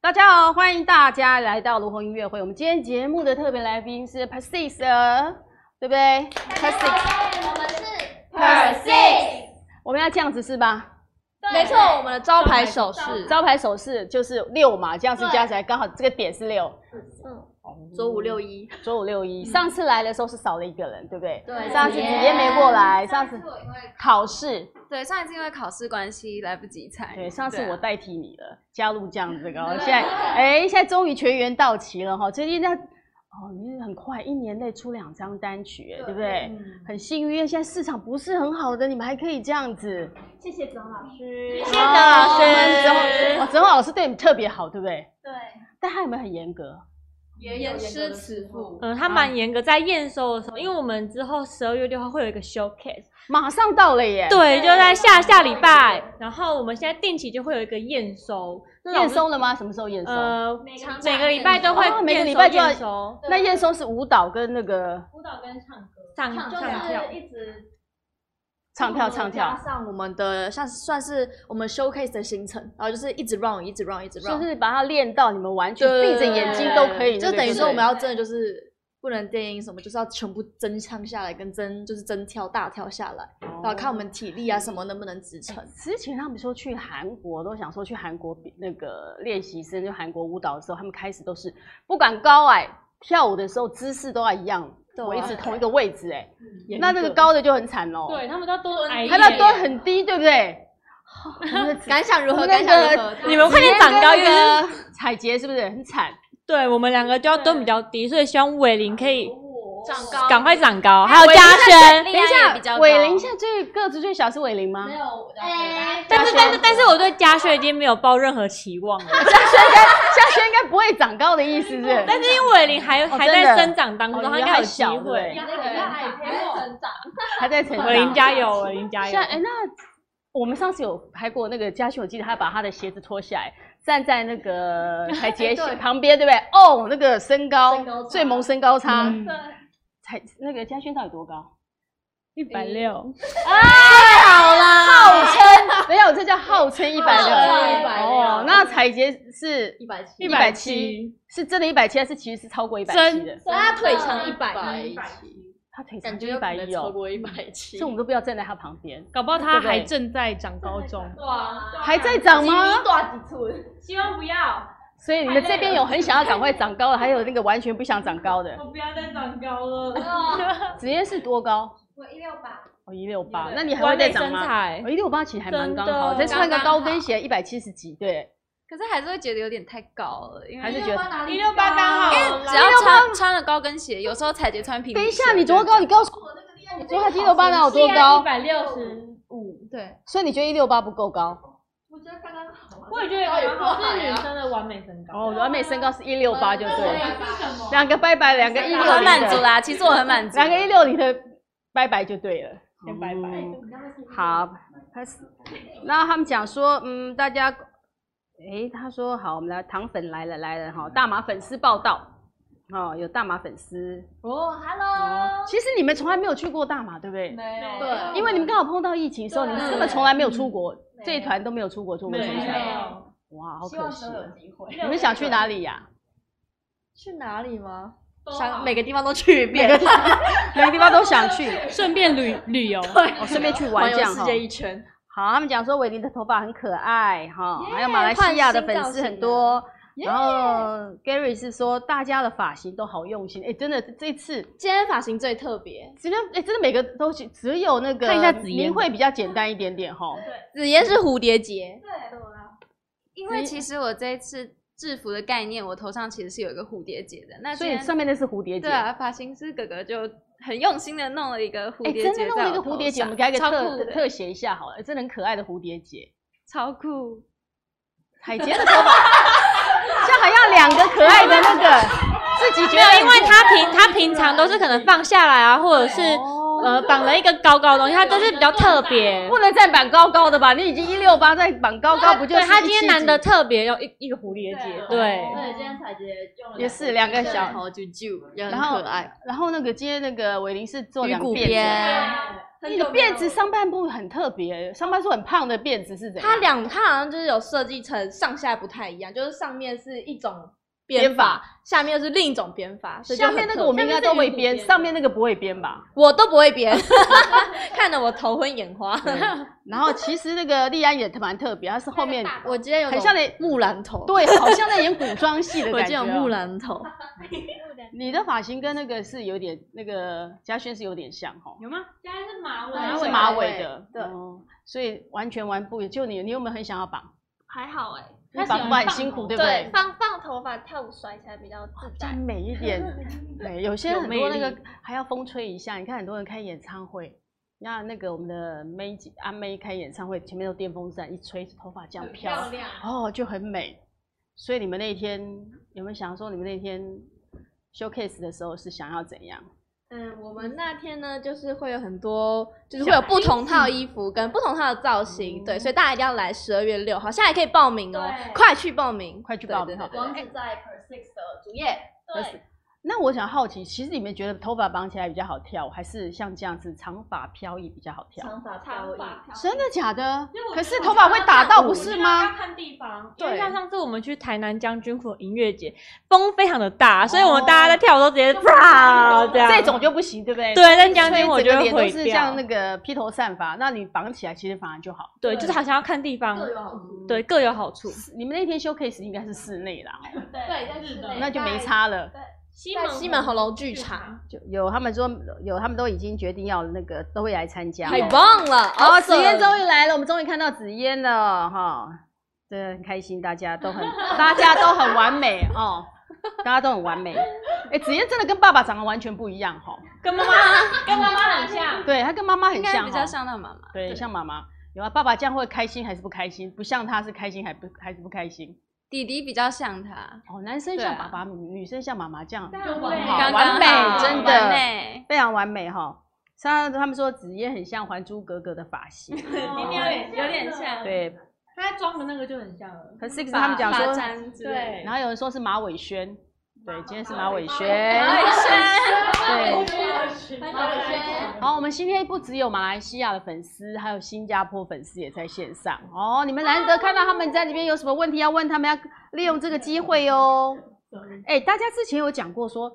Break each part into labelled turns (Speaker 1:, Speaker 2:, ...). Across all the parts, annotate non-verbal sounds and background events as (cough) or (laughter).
Speaker 1: 大家好，欢迎大家来到卢红音乐会。我们今天节目的特别来宾是 p e r s i s 对不对 p e r s i s
Speaker 2: 我们是
Speaker 1: Persis 我们要这样子是吧？
Speaker 2: 没
Speaker 3: 没
Speaker 2: 错
Speaker 3: 错，，
Speaker 2: 我
Speaker 3: 我
Speaker 2: 们
Speaker 3: 们
Speaker 2: 的
Speaker 3: 的
Speaker 2: 招
Speaker 3: 招
Speaker 2: 牌
Speaker 3: 牌
Speaker 2: 手
Speaker 3: 手
Speaker 2: 势
Speaker 3: 势，
Speaker 1: 招牌手势就是六嘛，这样子加起来刚好这个点是六。
Speaker 3: 左五六一，
Speaker 1: 左五六一，上次来的时候是少了一个人，对不对？
Speaker 3: 对
Speaker 1: 上次子
Speaker 3: 子
Speaker 1: 也
Speaker 3: 嫣
Speaker 1: 没过来，上次考试，
Speaker 3: 对，上一次因为考试关系来不及猜。
Speaker 1: 对，上次
Speaker 3: 对啊嗯
Speaker 1: 我代替你了，加入这样子的哦，现
Speaker 3: (laughs)
Speaker 1: 在哎，现在终于全员到齐了哈，最近在哦，你很快一年内出两张单曲，哎对不对？
Speaker 3: 嗯
Speaker 1: 很幸运，现在市场不是很好的，你们还可以这样子。啊
Speaker 2: 谢谢周老师，
Speaker 1: 谢
Speaker 2: 谢
Speaker 1: 谢
Speaker 2: 老
Speaker 1: 曾老
Speaker 2: 师，
Speaker 1: 哦，曾老师对你们特别好，对不对？
Speaker 2: 对，
Speaker 1: 但他有没有很严格？
Speaker 3: 也有诗词赋，
Speaker 4: 嗯，
Speaker 1: 啊
Speaker 4: 他蛮严格，在验收的时候，因为我们之后十二月六号会有一个 showcase，
Speaker 1: 马上到了耶！，
Speaker 4: 对，就在下下礼拜。然后我们现在定期就会有一个验收，那老
Speaker 1: 验
Speaker 4: 师
Speaker 1: 收了吗？什么时候验收？
Speaker 4: 呃，
Speaker 2: 每个
Speaker 4: 每个礼拜都会
Speaker 1: 哦每个
Speaker 4: 验
Speaker 1: 礼
Speaker 4: 收
Speaker 1: 拜就要
Speaker 4: 验收，
Speaker 1: 那验收是舞蹈跟那个
Speaker 2: 舞蹈跟唱歌，
Speaker 4: 上上跳。
Speaker 2: 一直
Speaker 1: 唱跳唱
Speaker 2: 加，
Speaker 1: 跳
Speaker 2: 上
Speaker 3: 我们的像算是我们 showcase 的行程，然后就是一直 round，一直 round，一直
Speaker 1: 就
Speaker 3: round，
Speaker 1: 是把它练到你们完全
Speaker 3: 对对
Speaker 1: 闭
Speaker 3: 对
Speaker 1: 着眼睛都可以那个，
Speaker 3: 就等于
Speaker 1: 对不
Speaker 3: 说我
Speaker 1: 对
Speaker 3: 们要真的就是不能电音什么，就是要全部真唱下来，跟真就是真跳大跳下来，
Speaker 1: 哦
Speaker 3: 然后看我们体力啊什么能不能
Speaker 1: (laughs)
Speaker 3: 支撑。
Speaker 1: 之前他们说去韩国，都想说去韩国比那个练习生，就韩国舞蹈的时候，他们开始都是不管高矮，跳舞的时候姿势都要一样，
Speaker 3: 对
Speaker 1: 我一
Speaker 4: 啊
Speaker 1: 直同一个位置、哎，
Speaker 4: 嗯
Speaker 3: 严
Speaker 1: 那那个
Speaker 3: 格
Speaker 1: 高的就很惨喽，，
Speaker 4: 他们都蹲矮
Speaker 1: 还要蹲很低，对不
Speaker 4: (laughs)
Speaker 1: 对？
Speaker 3: 感想如
Speaker 1: 我
Speaker 3: 何？
Speaker 1: 们
Speaker 3: 感想如何？
Speaker 4: 你们快点长高，因为
Speaker 1: (laughs) 个彩杰是不是很惨？
Speaker 4: 对我们两个就要蹲比较低，所以希望伟林可以
Speaker 2: 长高
Speaker 4: 赶快长
Speaker 1: 哎
Speaker 4: 高，哦还有嘉
Speaker 1: 等
Speaker 4: 轩。
Speaker 1: 一下，伟林现在最个子最小是伟林吗？
Speaker 2: 有，
Speaker 4: 但是但是但是我对嘉轩已经没有抱任何期望
Speaker 1: (laughs)
Speaker 4: 了，
Speaker 1: 夏轩应该不会长高的意思是不是？
Speaker 4: 但是因为伟林还还
Speaker 1: 哦真的
Speaker 4: 在生长当中，
Speaker 1: 哦
Speaker 4: 他
Speaker 1: 你觉
Speaker 4: 应
Speaker 1: 得
Speaker 4: 该
Speaker 1: 还
Speaker 4: 有机
Speaker 1: 小对不
Speaker 4: 会
Speaker 1: 对。
Speaker 2: 成长，
Speaker 1: 还在成长。
Speaker 4: 我林加油，我林加油
Speaker 1: 像！哎、那我们上次有拍过那个嘉勋，我记得他把他的鞋子脱下来，站在那个台阶
Speaker 2: 对
Speaker 1: 旁边，对不对？哦，那个身高
Speaker 2: 身高差
Speaker 1: 最萌身高差，
Speaker 4: 嗯
Speaker 1: 才那个嘉勋到底多高？
Speaker 4: 一百六，
Speaker 1: 号称 (laughs) 没有，这叫号称一百
Speaker 2: 号
Speaker 1: 六。
Speaker 2: 称160
Speaker 1: 哦，那彩杰是
Speaker 2: 一百七，
Speaker 1: 一百七，是真的一百七，还是其实是超过一百七
Speaker 4: 真
Speaker 1: 的？
Speaker 2: 他腿长
Speaker 3: 一百
Speaker 2: 一百，
Speaker 1: 他腿长
Speaker 3: 感觉
Speaker 1: 一
Speaker 3: 有
Speaker 1: 百
Speaker 3: 可
Speaker 1: 一
Speaker 3: 能超
Speaker 1: 哦，
Speaker 3: 过一百七
Speaker 1: 所以我。们都不要站在他旁边。
Speaker 4: 搞不好
Speaker 1: 对
Speaker 4: 他
Speaker 1: 不对
Speaker 4: 还正在长高中。
Speaker 2: 哇
Speaker 1: 还在长吗？
Speaker 2: 大几寸？
Speaker 4: 希望不要，
Speaker 1: 所以你们这边有很想要赶快长高的，还有那个完全不想长高的，
Speaker 4: 不要再长高了。
Speaker 1: 子嫣是多高？
Speaker 2: 我一六八，
Speaker 1: 哦，一六八，
Speaker 4: 对
Speaker 1: 那你还会
Speaker 4: 完
Speaker 1: 再
Speaker 4: 美
Speaker 1: 长
Speaker 4: 身
Speaker 1: 吗？
Speaker 4: 材
Speaker 1: 哦我，一六八其实还蛮刚好，
Speaker 4: 真
Speaker 1: 再
Speaker 4: 的
Speaker 1: 穿个
Speaker 2: 刚刚
Speaker 1: 高
Speaker 2: 好
Speaker 1: 跟鞋一百七十几，对，
Speaker 3: 可是还是会觉得有点太高了，因为
Speaker 1: 还是觉得。
Speaker 2: 得
Speaker 3: 168刚好只要穿穿了高跟鞋，有时候彩姐穿平底鞋。
Speaker 1: 等一下，你多高？你告诉我，你说他一六八哪有多高？
Speaker 4: 百六十，
Speaker 3: 嗯对，
Speaker 1: 所哦啊以你觉得一六八不够高？
Speaker 2: 我觉得刚刚好啊。
Speaker 4: 也觉得是女生的完美身
Speaker 1: 哦，完美身高是一六八就对了，
Speaker 2: 什么？
Speaker 1: 两个拜拜，两个一
Speaker 3: 我
Speaker 1: 六，
Speaker 3: 很满足，啦。其实我很
Speaker 1: (laughs)
Speaker 3: 满足。
Speaker 1: 两个一六零的拜拜就对了，
Speaker 4: 先拜
Speaker 2: 哦
Speaker 4: 拜
Speaker 1: 嗯好，开始。然后他们讲说，嗯，大家，诶，他说好，我们来糖粉来了来了哈，大马粉丝报道，哦，有大马粉丝。
Speaker 2: 哦，Hello，
Speaker 1: 其实你们从来没有去过大马，对不对？
Speaker 2: 没有
Speaker 3: 对
Speaker 1: 因为你们刚好碰到疫情的时候，你
Speaker 2: 对
Speaker 1: 们根本从来没有出国，
Speaker 2: 没有
Speaker 1: 这一团都没有出国做过宣
Speaker 2: 没
Speaker 1: 传。
Speaker 2: 有
Speaker 1: 哇，好
Speaker 2: 希
Speaker 1: 可
Speaker 2: 望
Speaker 1: 惜
Speaker 2: 都
Speaker 1: 啊。
Speaker 2: 有机会。
Speaker 1: 你们想去哪里呀？
Speaker 3: (laughs) 去哪
Speaker 2: (laughs)
Speaker 3: 里吗？
Speaker 2: 好
Speaker 3: 想每个地方都去一
Speaker 1: 每
Speaker 3: 遍
Speaker 1: 个，地方每个地方都
Speaker 2: (laughs)
Speaker 1: 想去，
Speaker 4: 顺便 (laughs) 旅旅游。
Speaker 1: 哦，顺便去玩
Speaker 3: 环
Speaker 1: 这
Speaker 3: 游
Speaker 1: 样
Speaker 3: 世
Speaker 1: 哈。
Speaker 3: 界一圈。
Speaker 1: 好，他们讲说维尼的头发很可爱哈，
Speaker 2: 耶
Speaker 1: 还有马来西亚的粉丝很多。
Speaker 3: 耶
Speaker 1: 然后 Gary 是说大家的发型都好用心，哎，真的这次
Speaker 3: 今天发型最特别，
Speaker 1: 真的哎，真的每个都是只有那个
Speaker 4: 看一下紫嫣
Speaker 1: 明慧比较简单一点点
Speaker 3: (laughs)
Speaker 1: 哈。
Speaker 3: 紫嫣是蝴蝶结，
Speaker 2: 对，啊我啦。
Speaker 3: 因为其实我这一次制服的概念，我头上其实是有一个蝴蝶结的。那
Speaker 1: 所
Speaker 3: 今
Speaker 1: 以
Speaker 3: 天
Speaker 1: 上面那是蝴蝶结
Speaker 3: 对，啊，发型师哥哥就很用心的弄了一个蝴
Speaker 1: 哎，
Speaker 3: 蝶结，
Speaker 1: 真的弄了一个蝴蝶结，我们给他一个
Speaker 3: 超
Speaker 1: 特
Speaker 3: 酷
Speaker 1: 特
Speaker 3: 的欸
Speaker 1: 特写一下好了，真的很可爱的蝴蝶结。
Speaker 3: 超酷。
Speaker 1: 海杰的头发， (laughs) 这样还要两个可爱的那个，自己觉
Speaker 4: 没有，
Speaker 1: 得
Speaker 4: 因为他平他平常都是可能放下来啊，或者是
Speaker 1: 哦
Speaker 4: 呃绑了一个高高的东西，它这是比较特别。
Speaker 1: 不能再绑高高的吧？你已经一六八，再绑高高不就
Speaker 4: 对，
Speaker 1: 是
Speaker 4: 它今天
Speaker 1: 170
Speaker 4: 难得特别有一一个蝴蝶结，对，
Speaker 5: 对，今天彩姐用了
Speaker 1: 也是两个小
Speaker 3: 头啾啾，也啊很
Speaker 1: 然后
Speaker 3: 可爱。
Speaker 1: 然后那个今天那个伟林是做两
Speaker 3: 鱼骨
Speaker 1: 辫子，
Speaker 3: 边
Speaker 1: 你的辫子上半部很特别，上半部很胖的辫子是怎样？
Speaker 3: 它两它好像就是有设计成上下不太一样，就是上面是一种
Speaker 1: 编
Speaker 3: 编
Speaker 1: 法
Speaker 3: 法，下面是另一种编法。所以就
Speaker 1: 下
Speaker 3: 很
Speaker 1: 面那个
Speaker 3: 特
Speaker 1: 我们应该都会
Speaker 5: 下面是鱼骨
Speaker 1: 编，
Speaker 5: 边
Speaker 1: 上面那个不会编吧？
Speaker 3: 我都不会编， (laughs) 看得我头昏眼花。
Speaker 1: 啊然后其实那个丽安也蛮特别，她是后面
Speaker 2: 那个大
Speaker 3: 我今天有
Speaker 1: 很像那
Speaker 3: 种木兰头，
Speaker 1: 对，好像在演古装戏的
Speaker 3: 我
Speaker 1: 感
Speaker 3: 今天
Speaker 1: 觉
Speaker 3: 有
Speaker 1: 哦。
Speaker 3: 木兰头，
Speaker 1: 你的发型跟那个是有点，那个嘉轩是有点像哈，
Speaker 4: 有吗？
Speaker 5: 现在是马
Speaker 3: 马
Speaker 5: 尾，
Speaker 1: 是
Speaker 3: 尾
Speaker 1: 马尾的，
Speaker 3: 对
Speaker 1: 哦所以完全完不一样。就你，你有没有很想要绑？
Speaker 2: 还好哎，
Speaker 1: 你绑绑很辛苦，对不对？
Speaker 2: 放放头发跳舞甩起来比较自
Speaker 1: 再
Speaker 2: 在。
Speaker 1: 美一点。对，有些
Speaker 4: 有
Speaker 1: 很多
Speaker 4: 魅
Speaker 1: 那个
Speaker 4: 力
Speaker 1: 还要风吹一下。你看很多人开演唱会，那那个我们的妹姐阿妹开演唱会，前面都电风扇一吹，头发这样飘，
Speaker 2: 亮，
Speaker 1: 哦，就很美。所以你们那一天有没有想说，你们那天 showcase 的时候是想要怎样？
Speaker 3: 嗯，我们那天呢，就是会有很多，就是会有不同套衣服跟不同套的造型，对，所以大家一定要来十二月六号，现在还可以报名哦，
Speaker 5: 对
Speaker 3: 快去报名，
Speaker 1: 快去
Speaker 3: 对
Speaker 1: 报
Speaker 3: 对
Speaker 1: 名
Speaker 3: 对
Speaker 1: 哈
Speaker 5: 王子在 Per Six 的主页，对，
Speaker 1: 那我想好奇，其实你们觉得头发绑起来比较好跳，还是像这样子长发飘逸比较好跳？
Speaker 5: 长发飘
Speaker 2: 长
Speaker 5: 逸，
Speaker 2: 发飘。
Speaker 1: 真的假的
Speaker 4: 因为？我
Speaker 1: 可
Speaker 4: 觉
Speaker 1: 是
Speaker 4: 得
Speaker 1: 头发会打到，不
Speaker 4: 我觉
Speaker 1: 是
Speaker 4: 得
Speaker 1: 吗
Speaker 4: 要？看地方，因为
Speaker 3: 对
Speaker 4: 像上次我们去台南将军府音乐节，风非常的大，所以我们大家在跳舞都直接啪这样。
Speaker 1: 这种就不行，对不对？
Speaker 4: 对但将军
Speaker 1: 所以
Speaker 4: 我
Speaker 1: 整个
Speaker 4: 觉得
Speaker 1: 脸
Speaker 4: 毁
Speaker 1: 都是
Speaker 4: 掉
Speaker 1: 像那个披头散发，那你绑起来其实反而就好。
Speaker 4: 对，就是好像要看地方，
Speaker 5: 各有好
Speaker 3: 嗯
Speaker 5: 处。
Speaker 4: 对各有好处。
Speaker 1: 你们那天 showcase 应该是室内啦，
Speaker 5: 对，在日
Speaker 1: 那就没。差了。
Speaker 4: 西
Speaker 3: 在西门红楼剧场，
Speaker 1: 就有他们说有，他们都已经决定要那个都会来参加。
Speaker 3: 太棒了，
Speaker 1: 好，子
Speaker 3: 紫
Speaker 1: 嫣
Speaker 3: 嫣
Speaker 1: 终于来了，我们终于看到紫嫣了哈，对，很开心，大家都很，大家都很完美哦，大家都很完美。哎，紫嫣真的跟爸爸长得完全不一样哈，
Speaker 4: 跟妈妈跟妈妈
Speaker 1: (laughs)
Speaker 4: 很像，
Speaker 1: 对，她跟妈妈很
Speaker 3: 应该
Speaker 1: 像，哦
Speaker 3: 比较，像哦那妈妈，
Speaker 1: 对，像妈妈。有啊，爸爸这样会开心还是不开心？不像他是开心还不还是不开心？
Speaker 3: 弟弟比较像她，
Speaker 1: 哦，男生
Speaker 3: 对
Speaker 1: 像
Speaker 3: 啊
Speaker 1: 爸爸，女生像妈妈这样，
Speaker 2: 就
Speaker 5: 完
Speaker 1: 好
Speaker 5: 好美
Speaker 3: 刚刚
Speaker 1: 完美
Speaker 3: 好，
Speaker 1: 真的
Speaker 3: 完美
Speaker 1: 非常完美哈。像他们说子嫣很像《还珠格格》的发型，
Speaker 4: 今
Speaker 5: 天有点像
Speaker 1: 对。
Speaker 4: 她妆的那个就很像了。
Speaker 1: 可是 Six 他们讲
Speaker 3: 发
Speaker 1: 说，
Speaker 3: 簪之类
Speaker 1: 然后有人说是马尾轩，对，今天是马尾轩。 (laughs)
Speaker 5: 对，马尾轩，
Speaker 1: 好，我们今天不只有马来西亚的粉丝，还有新加坡粉丝也在线上哦。你们难得看到他们在这边，有什么问题要问他们，要利用这个机会哦。哎，大家之前有讲过说，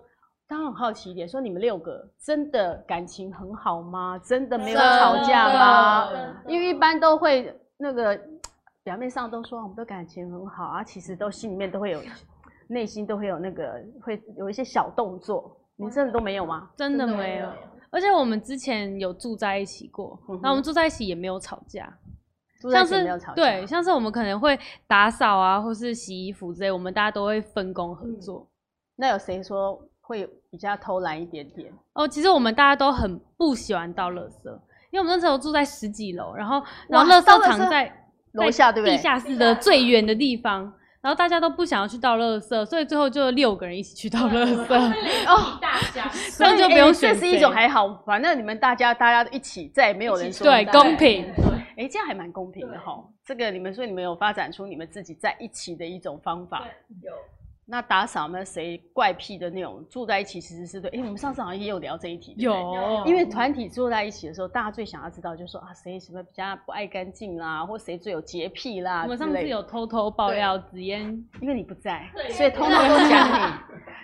Speaker 1: 刚刚很好奇一点，说你们六个真的感情很好吗？真的没有吵架吗？因为一般都会那个表面上都说我们都感情很好啊，其实都心里面都会有，内心都会有那个会有一些小动作。你真的都没有吗？
Speaker 6: 真的没有。而且我们之前有住在一起过，
Speaker 1: 嗯哼
Speaker 6: 然后我们住在一起也没有吵架，
Speaker 1: 住在一起也没有吵架，
Speaker 6: 对，像是我们可能会打扫啊，或是洗衣服之类，我们大家都会分工合
Speaker 1: 嗯
Speaker 6: 作。
Speaker 1: 那有谁说会比较偷懒一点点？
Speaker 6: 哦，其实我们大家都很不喜欢倒垃圾，因为我们那时候住在十几楼，然后然后
Speaker 1: 哇
Speaker 6: 垃
Speaker 1: 倒垃
Speaker 6: 圾
Speaker 1: 圾
Speaker 6: 场在
Speaker 1: 楼下对不对
Speaker 6: 地下室的最远的地方。然后大家都不想要去倒垃圾，所以最后就六个人一起去倒垃圾，
Speaker 1: 哦，
Speaker 5: 大家
Speaker 6: 这样就不用选
Speaker 1: 哎这
Speaker 6: 谁。
Speaker 1: 是一种还好，反正你们大家大家一起，再也没有人
Speaker 6: (laughs)
Speaker 1: 说
Speaker 6: 对
Speaker 1: 大家
Speaker 6: 公平，
Speaker 1: 哎，这样还蛮公平的哈。这个你们说你们有发展出你们自己在一起的一种方法。
Speaker 5: 有
Speaker 1: 那打扫呢？谁怪癖的那种住在一起其实是对。哎，我们上次好像也有聊这一题。对不对
Speaker 6: 有，
Speaker 1: 因为团体住在一起的时候，大家最想要知道就是说啊，谁什么比较不爱干净啦，或谁最有洁癖啦
Speaker 6: 我们
Speaker 1: 之
Speaker 6: 上
Speaker 1: 类
Speaker 6: 次
Speaker 1: 的
Speaker 6: 有偷偷爆料紫嫣
Speaker 1: 因为你不在，
Speaker 5: 对
Speaker 1: 所以通通都讲你，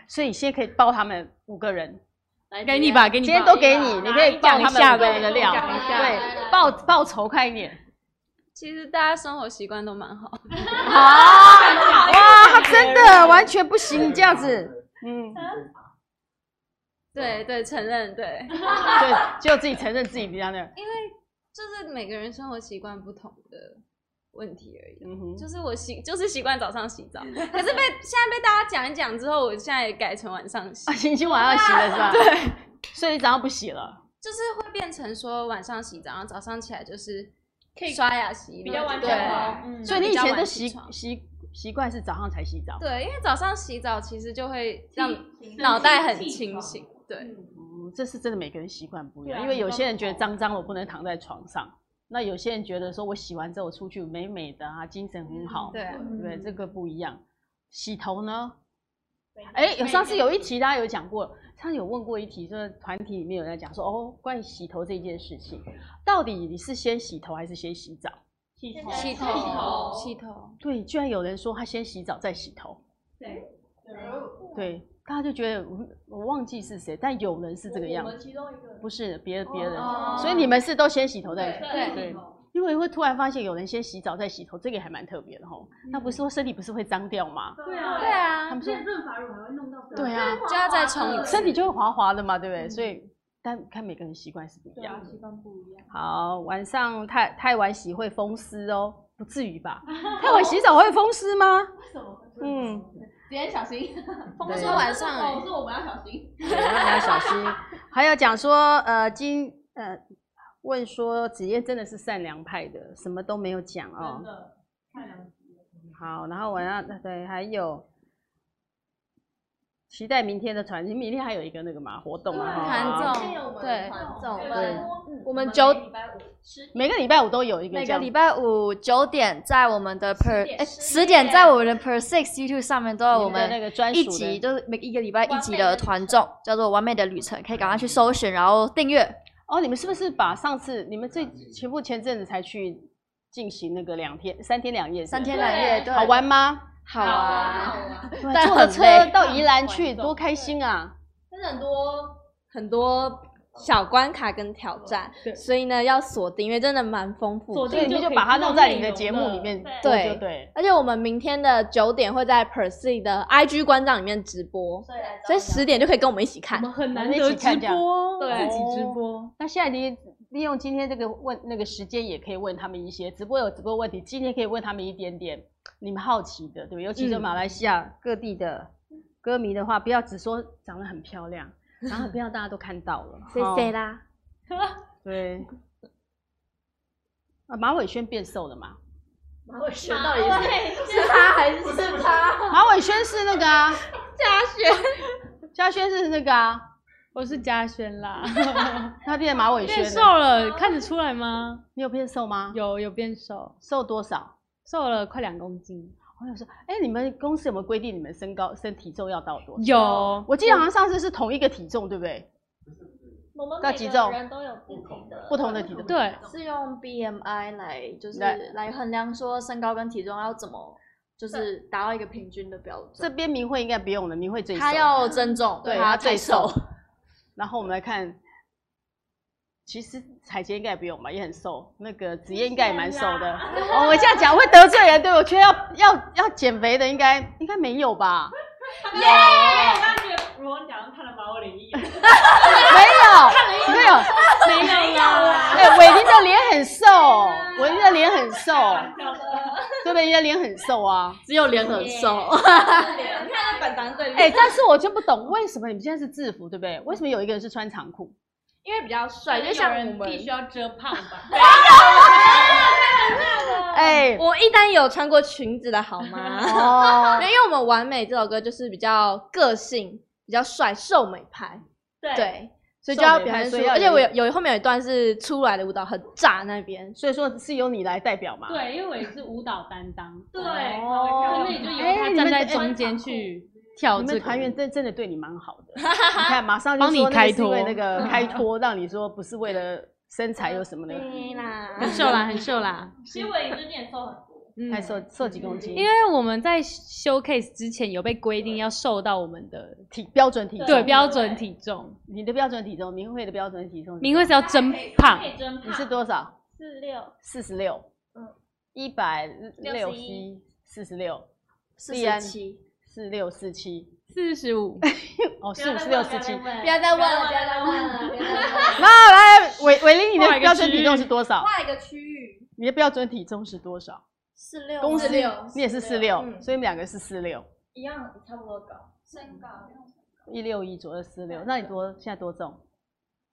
Speaker 1: 所以你现在可以报他们五个人，
Speaker 6: 给你吧，给你
Speaker 1: 今
Speaker 6: 吧。
Speaker 1: 天都给你，你可以
Speaker 6: 讲
Speaker 1: 报他
Speaker 6: 一下
Speaker 1: 们五个
Speaker 6: 呗
Speaker 1: 人的料，
Speaker 5: 讲一下
Speaker 1: 对，报报仇快一点。
Speaker 3: 其实大家生活习惯都蛮好，
Speaker 1: 好，哇，他真的完全不行，你这样子，嗯，
Speaker 3: 对对，承认对，
Speaker 1: 对，只有自己承认自己比较那个，
Speaker 3: 因为就是每个人生活习惯不同的问题而已。
Speaker 1: 嗯哼，
Speaker 3: 就是我习就是习惯早上洗澡，可是被现在被大家讲一讲之后，我现在也改成晚上洗
Speaker 1: 啊，，星期晚上洗了是吧？对，所以你早上不洗了。
Speaker 3: 就是会变成说晚上洗澡，然后早上起来就是刷牙洗脸，
Speaker 4: 比较完
Speaker 3: 对
Speaker 4: 整化，嗯，
Speaker 1: 所以你以前的习
Speaker 3: 比较晚起床
Speaker 1: 习习惯是早上才洗澡，
Speaker 3: 对，因为早上洗澡其实就会让脑袋很清醒，对，
Speaker 1: 嗯嗯，这是真的每个人习惯不一样，
Speaker 5: 对啊
Speaker 1: 因为有些人觉得脏脏的我不能躺在床上，那有些人觉得说我洗完之后我出去美美的啊，精神很
Speaker 5: 嗯
Speaker 1: 好，
Speaker 3: 对啊
Speaker 1: 对不对？这个不一样。洗头呢？
Speaker 5: 对
Speaker 1: 哎，有上次有一题大家有讲过，上次有问过一题，就是团体里面有在讲说哦，关于洗头这件事情，到底你是先洗头还是先洗澡？
Speaker 5: 洗头，
Speaker 3: 洗头
Speaker 5: 头，
Speaker 3: 洗头，
Speaker 1: 对，居然有人说他先洗澡再洗头，对，大家就觉得嗯我忘记是谁，但有人是这个样
Speaker 5: 我
Speaker 1: 子
Speaker 5: 们，其中一个
Speaker 1: 不是别的别人，
Speaker 5: 哦
Speaker 1: 所以你们是都先洗头再洗头。
Speaker 5: 对
Speaker 1: 对因为会突然发现有人先洗澡再洗头，这个也还蛮特别的吼。那不是说身体不是会脏掉吗？
Speaker 5: 对
Speaker 3: 对
Speaker 5: 啊，
Speaker 3: 啊
Speaker 1: 他，们说
Speaker 5: 润发乳还会弄到
Speaker 1: 对啊，
Speaker 3: 就要再重
Speaker 1: 身体就会滑滑的嘛，对不对？所以但看每个人习惯是不一样的。
Speaker 5: 习惯不一样，
Speaker 1: 好，晚上太太晚洗会风湿哦，不至于 (laughs) 吧？太晚洗澡会风湿吗？
Speaker 5: 为什么？
Speaker 1: 嗯，
Speaker 5: (laughs) 别人小心，
Speaker 3: 风说
Speaker 5: 啊
Speaker 3: 晚上哎
Speaker 5: 我说欸我们要小心，
Speaker 1: 对那你要小心。还有讲说，呃，今呃问说子燕真的是善良派的，什么都没有讲哦
Speaker 5: 真。的太良心了
Speaker 1: 好，然后我要对，还有期待明天的传， (laughs) 明天还有一个那个嘛活动嘛，
Speaker 5: 对
Speaker 1: 哈
Speaker 3: 嗯团
Speaker 5: 今天有
Speaker 3: 综
Speaker 5: 我，们
Speaker 3: 啊对
Speaker 5: 团
Speaker 3: 综，
Speaker 5: 对
Speaker 3: 对
Speaker 5: 吧
Speaker 3: 我们九
Speaker 5: 每个礼拜五十
Speaker 1: 每个礼拜五都有一个
Speaker 3: 每
Speaker 1: 这
Speaker 3: 个
Speaker 1: 样
Speaker 3: 礼拜五九点在我们的 Per
Speaker 5: 点
Speaker 3: 哎
Speaker 5: 10
Speaker 3: 十点在我们的 Per Six YouTube 上面都有我
Speaker 1: 你的那
Speaker 3: 们
Speaker 1: 个专属
Speaker 3: 一
Speaker 1: 的
Speaker 3: 集，就是每一个礼拜一
Speaker 5: 完
Speaker 3: 集
Speaker 5: 美的
Speaker 3: 的
Speaker 5: 旅程
Speaker 3: 团综，叫做《完美的旅程》，可以赶快去搜寻，然后订阅。
Speaker 1: 哦，你们是不是把上次你们最全部前阵子才去进行那个两天三天两夜是不是
Speaker 3: 三天两夜，对，
Speaker 1: 好玩吗？
Speaker 3: 好啊，
Speaker 5: 啊，
Speaker 1: 对
Speaker 3: 但
Speaker 1: 坐火
Speaker 3: 很
Speaker 1: 车
Speaker 3: 累
Speaker 1: 到宜兰去多开心啊！
Speaker 3: 真的很多很多小关卡跟挑战，
Speaker 4: 对
Speaker 3: 所以呢要锁定，因为真的蛮丰富
Speaker 4: 锁
Speaker 3: 的。
Speaker 1: 所以
Speaker 4: 定
Speaker 1: 你们
Speaker 4: 就
Speaker 1: 就
Speaker 4: 可以
Speaker 1: 把它
Speaker 4: 知道
Speaker 1: 弄在你
Speaker 4: 内
Speaker 1: 的
Speaker 4: 容
Speaker 1: 节目
Speaker 4: 了
Speaker 1: 里面
Speaker 5: 对
Speaker 1: 做就
Speaker 3: 对
Speaker 1: 对。
Speaker 3: 而且我们明天的九点会在 Per Se 的 IG 官账里面直播，
Speaker 5: 所以来找
Speaker 3: 所以
Speaker 5: 我
Speaker 3: 十点就可以跟我们一起
Speaker 4: 我
Speaker 3: 看。
Speaker 4: 们很难
Speaker 1: 我们一
Speaker 4: 得
Speaker 1: 起
Speaker 4: 直
Speaker 1: 看这样
Speaker 4: 播，
Speaker 3: 对，
Speaker 4: 自己直播。
Speaker 1: 那现在你利用今天这个问那个时间，也可以问他们一些直播有直播问题，今天可以问他们一点点你们好奇的，对不对？尤其是
Speaker 4: 嗯
Speaker 1: 马来西亚各地的歌迷的话，不要只说长得很漂亮，然后不要大家都看到了
Speaker 3: 谢
Speaker 1: 哦
Speaker 3: 谢啦，
Speaker 1: 对。啊，马伟轩变瘦了嘛？
Speaker 5: 马尾轩到底是
Speaker 3: 是他还是
Speaker 5: 是他？
Speaker 1: 马伟轩是那个啊，嘉轩，嘉轩是那个啊，
Speaker 4: 我是嘉轩啦，
Speaker 1: 他变马尾轩
Speaker 4: 变
Speaker 1: 了
Speaker 4: 瘦了，看得出来吗？
Speaker 1: 你有变瘦吗？，
Speaker 4: 有有变瘦，
Speaker 1: 瘦多少？
Speaker 4: 瘦了快两公斤，
Speaker 1: 我有说，哎、你们公司有没有规定你们身高、身体重要到多少？
Speaker 4: 有
Speaker 1: 我记得好像上次是同一个体重，对不对？
Speaker 2: 我们
Speaker 1: 到
Speaker 2: 每
Speaker 1: 几
Speaker 2: 个
Speaker 1: 种
Speaker 2: 人都有不同的
Speaker 1: 不同的体重
Speaker 4: 对
Speaker 3: 是用 BMI 来就是
Speaker 1: 来
Speaker 3: 来衡量说身高跟体重要怎么就是达到一个平均的标
Speaker 1: 这
Speaker 3: 准。
Speaker 1: 边明慧应该不用了，明慧最瘦。
Speaker 3: 他要增重，
Speaker 1: 对
Speaker 3: 他
Speaker 1: 他最
Speaker 3: 太
Speaker 1: 瘦。然后我们来看，其实彩杰应该也不用吧，也很瘦。那个子叶应该也蛮瘦的。哦，我这样讲会得罪人，对我觉得要要要减肥的应该应该没有吧？
Speaker 5: 我刚觉得如果讲看了马尾脸一眼，
Speaker 1: 没有，没有。
Speaker 5: 没有啦，
Speaker 1: 哎、伟林的脸很瘦，伟林的脸很瘦，
Speaker 5: 笑的，
Speaker 1: 对不对？你的脸很瘦啊。
Speaker 3: 只有脸很瘦。 (laughs)
Speaker 5: 你看那本堂这里，
Speaker 1: 哎、但是我就不懂为什么你们现在是制服，对不对？为什么有一个人是穿长裤？
Speaker 3: 因为比较帅，就像我们
Speaker 4: 必须要遮胖吧。
Speaker 1: 哎、
Speaker 3: 我一单也有穿过裙子的好吗？
Speaker 1: 哦，
Speaker 3: (laughs) 因为我们《完美》这首歌就是比较个性、比较帅、瘦美派，
Speaker 5: 对，
Speaker 3: 对，所以
Speaker 1: 瘦
Speaker 3: 就要
Speaker 1: 美
Speaker 3: 表
Speaker 1: 派
Speaker 3: 现出
Speaker 1: 所以。要
Speaker 3: 而且
Speaker 1: 有
Speaker 3: 我有有后面有一段是出来的舞蹈很炸那
Speaker 1: (laughs)
Speaker 3: 边，
Speaker 1: (laughs) 所以说是由你来代表嘛？，
Speaker 4: 对，因为我也是舞蹈担当，
Speaker 5: 对，
Speaker 4: 所以
Speaker 1: 哦
Speaker 4: 那也就由
Speaker 1: 哎
Speaker 4: 他
Speaker 1: 你们
Speaker 4: 站在
Speaker 1: 哎
Speaker 4: 中间去跳
Speaker 1: 你
Speaker 4: 这
Speaker 1: 们
Speaker 4: 个
Speaker 1: 团员
Speaker 4: 舞。
Speaker 1: 真真的对你蛮好
Speaker 4: (laughs)
Speaker 1: 的，你看马上就
Speaker 4: 帮你
Speaker 1: 说那
Speaker 4: 开
Speaker 1: 个是因为
Speaker 4: 脱
Speaker 1: 那
Speaker 4: (laughs)
Speaker 1: 个开脱，让你说不是为了身材有什么的，
Speaker 4: 嗯
Speaker 3: 啦
Speaker 4: 很瘦啦，很瘦啦，
Speaker 5: 其实伟林最近也瘦很多，
Speaker 4: 嗯
Speaker 1: 还瘦瘦几公斤，
Speaker 4: 因为我们在 showcase 之前有被规定要瘦到我们的
Speaker 1: 体标准体重，
Speaker 4: 对标准体重，
Speaker 1: 你的标准体重，明慧的标准体重是多少，
Speaker 4: 明慧是要真胖
Speaker 5: 可，以真胖，
Speaker 1: 你是多少？
Speaker 2: 四六
Speaker 1: 四十六，嗯
Speaker 2: 嗯，
Speaker 1: 一百六十一
Speaker 2: 61，
Speaker 1: 四十六，
Speaker 3: 四
Speaker 1: 必然
Speaker 3: 十七，
Speaker 1: 四六四七，
Speaker 4: 四十五，
Speaker 1: 哦，
Speaker 5: 不
Speaker 4: 啊
Speaker 1: 四
Speaker 5: 要
Speaker 1: 五
Speaker 5: 再
Speaker 1: 四
Speaker 5: 问
Speaker 1: 六
Speaker 5: 了
Speaker 1: 四七。
Speaker 5: 不
Speaker 3: 不
Speaker 5: 要
Speaker 3: 要再
Speaker 5: 再
Speaker 3: 问
Speaker 5: 问了，
Speaker 3: 了，不
Speaker 5: 不
Speaker 3: 要
Speaker 5: 要
Speaker 3: 再
Speaker 5: 再
Speaker 3: 问
Speaker 5: 问
Speaker 3: 了
Speaker 5: 了，不要再
Speaker 3: 不要再问
Speaker 5: 问
Speaker 3: 了
Speaker 5: 了。
Speaker 1: 那来，伟伟林，你
Speaker 4: 画
Speaker 1: 的
Speaker 4: 一个
Speaker 1: 标准体重
Speaker 4: 区
Speaker 1: 是多少？
Speaker 3: 画一个区域，
Speaker 1: 你的标准体重是多少？
Speaker 3: 四六
Speaker 1: 公司
Speaker 3: 六，
Speaker 1: 你也是四六，嗯所以你们两个是四六，
Speaker 5: 一样，差不多高，身高。
Speaker 3: (laughs)
Speaker 1: 一六一左右四六。那你多现在多重？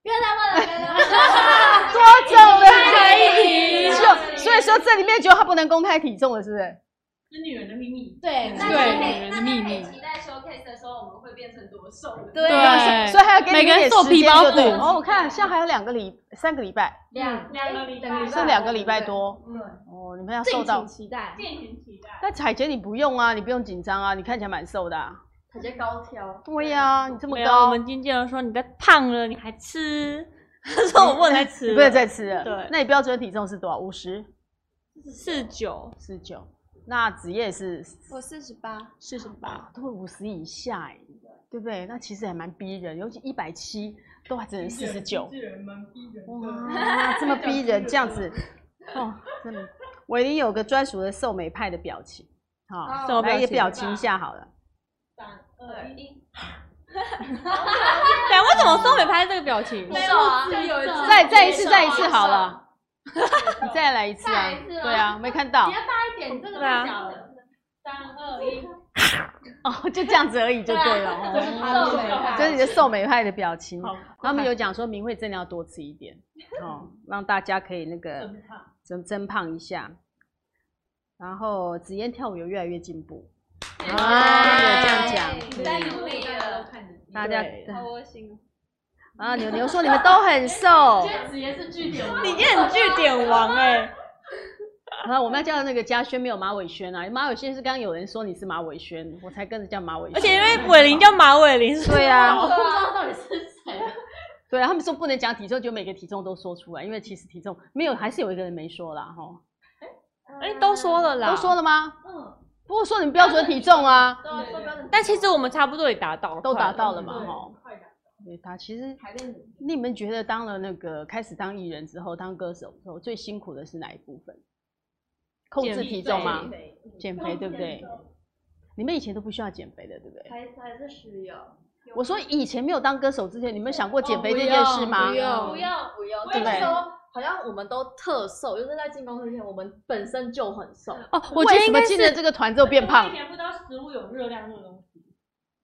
Speaker 3: 不要再问了，不要再问了。
Speaker 1: 多重了？
Speaker 5: 以
Speaker 1: 就所以说这里面只有他不能公开体重了，是不是？
Speaker 5: 是女人的秘密。
Speaker 3: 对，
Speaker 5: 那
Speaker 4: 对
Speaker 5: 可以
Speaker 4: 女人的秘密
Speaker 5: 那可以期待 showcase 的时候，我们会会变成多瘦的。
Speaker 1: 对
Speaker 6: 对
Speaker 1: 所以还要给你
Speaker 6: 每
Speaker 1: 们
Speaker 6: 个人
Speaker 1: 点
Speaker 6: 瘦
Speaker 1: 时
Speaker 6: 皮
Speaker 1: 间
Speaker 6: 包
Speaker 1: 就对
Speaker 6: 骨
Speaker 1: 了哦，我看像还有两个礼三个礼拜，
Speaker 3: 嗯
Speaker 2: 两
Speaker 5: 两个礼拜
Speaker 2: 哎
Speaker 1: 剩两个礼拜多
Speaker 5: 嗯，
Speaker 1: 哦，你们要瘦
Speaker 3: 敬
Speaker 1: 到
Speaker 3: 请。期待。
Speaker 5: 敬请期待。
Speaker 1: 那彩姐你不用啊，你不用紧张啊，你看起来蛮瘦的、啊。
Speaker 2: 直接高挑，
Speaker 1: 对呀、你这么
Speaker 4: 没有，啊我
Speaker 1: 高，
Speaker 4: 们经纪人说你再胖了，你还吃？ (laughs) 他说我不能再吃
Speaker 1: 你
Speaker 4: 了，
Speaker 1: 不能再吃了。
Speaker 4: 对
Speaker 1: 那你标准体重是多少？五十、
Speaker 4: 四九
Speaker 1: 四九。那子夜是
Speaker 3: 我四十八，
Speaker 4: 四十八，
Speaker 1: 都五十以下、欸，对不对？那其实还蛮逼人，尤其一百七都还只能四十九，哇，这么逼人，这
Speaker 2: (laughs)
Speaker 1: 样子，哦，真的，我一定有个专属的瘦美派的表情，好、
Speaker 2: 哦
Speaker 4: 什么
Speaker 1: 来
Speaker 4: 表
Speaker 1: 也
Speaker 4: 情？
Speaker 1: 表情一下好了，
Speaker 5: 三二一，
Speaker 4: 对，为什么宋美拍这个表情？
Speaker 2: 没有啊，就有一次
Speaker 1: 再再一次，再一次好了， (laughs) 你再来一次啊
Speaker 2: 再来一，次吗
Speaker 1: 对啊，没看到
Speaker 2: 比较，大一点，这个太小了，
Speaker 5: 三二一，
Speaker 1: 哦，就这样子而已就对了，
Speaker 2: 这是
Speaker 1: 哦， (laughs)
Speaker 2: 他的美吧
Speaker 1: 这是你的瘦美派的表情。
Speaker 5: 好，
Speaker 1: 然后他们有讲说，明慧真的要多吃一点，哦，让大家可以那个
Speaker 5: 真胖，
Speaker 1: 增增胖一下。然后紫嫣跳舞有越来越进步，
Speaker 2: 哎
Speaker 1: 啊，有这样讲，
Speaker 2: 你在
Speaker 1: 对
Speaker 2: 努力了，
Speaker 5: 看着你。
Speaker 1: 大家。
Speaker 3: 好窝心。
Speaker 1: 啊，牛牛说你们都很瘦，
Speaker 5: 子也是据点，
Speaker 4: 你今天很据点王哎、
Speaker 1: 然后我们要叫那个嘉轩没有马尾轩啊，马尾轩是刚刚有人说你是马尾轩，我才跟着叫马尾轩，啊
Speaker 4: 而且因为伟林叫马伟林，所以
Speaker 1: 对呀、啊，
Speaker 2: 我不知道到底是谁，
Speaker 1: 对啊，他们说不能讲体重，就每个体重都说出来，因为其实体重没有，还是有一个人没说啦，哈，
Speaker 4: 哎、都说了啦，
Speaker 1: 都说了吗？
Speaker 2: 嗯，
Speaker 1: 不过说你们标准体重啊，
Speaker 2: 都要说标准，
Speaker 4: 但其实我们差不多也达到了，
Speaker 1: 都达到了
Speaker 4: 快
Speaker 1: 嘛，哈。
Speaker 5: 快点，
Speaker 1: 对他其实
Speaker 2: 还在努力，
Speaker 1: 你们觉得当了那个开始当艺人之后，当歌手之后最辛苦的是哪一部分？控制体重吗？减肥对不对？你们以前都不需要减肥的，对不对？
Speaker 2: 还还是需要，
Speaker 1: 我说以前没有当歌手之前，你们想过减肥
Speaker 3: 不
Speaker 1: 这件事
Speaker 3: 用
Speaker 1: 吗？
Speaker 3: 不用
Speaker 2: 不要不要，
Speaker 1: 对不对
Speaker 2: 那时候好像我们都特瘦，就是在进公司前，我们本身就很瘦，
Speaker 6: 哦，我觉得
Speaker 1: 为什
Speaker 6: 应
Speaker 1: 么
Speaker 6: 该
Speaker 1: 进了
Speaker 6: 是
Speaker 1: 这个团之后变胖
Speaker 5: 以？前不知道食物有热量这种东西，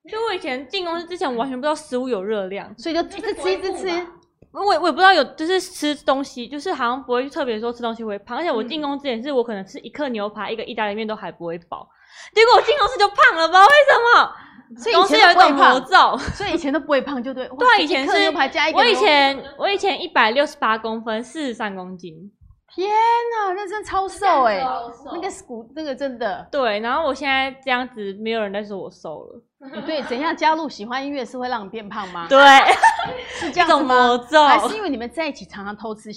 Speaker 4: 就我以前进公司之前，我完全不知道食物有热量，
Speaker 1: 所以就一直吃一直吃，
Speaker 4: 我也我也不知道有就是吃东西，就是好像不会特别说吃东西会胖，而且
Speaker 1: 嗯
Speaker 4: 我进公司之前是我可能吃一克牛排，一个意大利面都还不会饱，结果我进公司就胖了，不知道为什么。
Speaker 1: 所以
Speaker 4: 公
Speaker 1: 以
Speaker 4: 司
Speaker 1: 前
Speaker 4: 有一
Speaker 1: 都不会
Speaker 4: 种魔
Speaker 1: 胖，
Speaker 4: 咒，
Speaker 1: 所以以前都不会胖，就对。哇
Speaker 4: 对
Speaker 1: 一
Speaker 4: 以前
Speaker 1: 克
Speaker 4: 是
Speaker 1: 牛排加一个
Speaker 4: 我
Speaker 1: 牛，
Speaker 4: 以前我以前一百六十八公分，四十三公斤，
Speaker 1: 天哪，那真的超瘦哎、
Speaker 2: 超瘦
Speaker 1: 那个骨那个真的，
Speaker 4: 对，然后我现在这样子，没有人再说我瘦了，
Speaker 1: 对，怎样加入喜欢音乐是会让你变胖吗？
Speaker 4: 对，
Speaker 1: 是啊这
Speaker 4: (laughs) 这
Speaker 1: 样子
Speaker 4: 种
Speaker 1: 吗
Speaker 4: 魔？咒，
Speaker 1: 还是因为你们在一起常常偷吃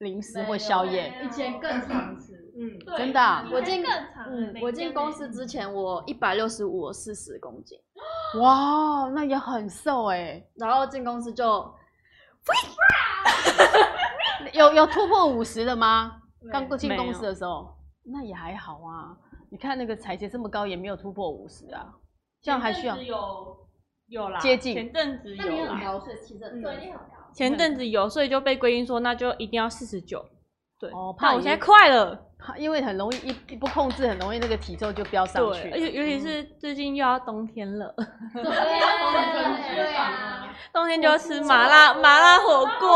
Speaker 1: 零食或宵夜？
Speaker 2: 以前更常吃。
Speaker 5: 嗯，
Speaker 1: 真的啊
Speaker 2: 我进
Speaker 5: 更长，
Speaker 2: 嗯，我进公司之前我一百六十五，我四十公斤，
Speaker 1: 哇，哦那也很瘦哎、
Speaker 2: 然后进公司就
Speaker 1: 有有突破五十的吗？刚过进
Speaker 4: 没有
Speaker 1: 公司的时候，那也还好啊。你看那个彩姐这么高，也没有突破五十啊，这样还需要
Speaker 5: 前阵子有有啦，
Speaker 1: 接近
Speaker 4: 前阵子有啦，
Speaker 1: 哦
Speaker 2: 高，所以其实对你很高。
Speaker 4: 前阵子有，所以就被规定说那就一定要四十九，对，
Speaker 1: 哦怕
Speaker 4: 但
Speaker 1: 你
Speaker 4: 我现在快了，
Speaker 1: 因为很容易一一不控制，很容易那个体重就飙上
Speaker 4: 对，
Speaker 1: 去嗯
Speaker 4: 而。且尤其是最近又要冬天了，
Speaker 2: 对
Speaker 5: 啊，
Speaker 4: 冬天就要吃麻辣麻辣火
Speaker 1: 哦，
Speaker 4: 锅，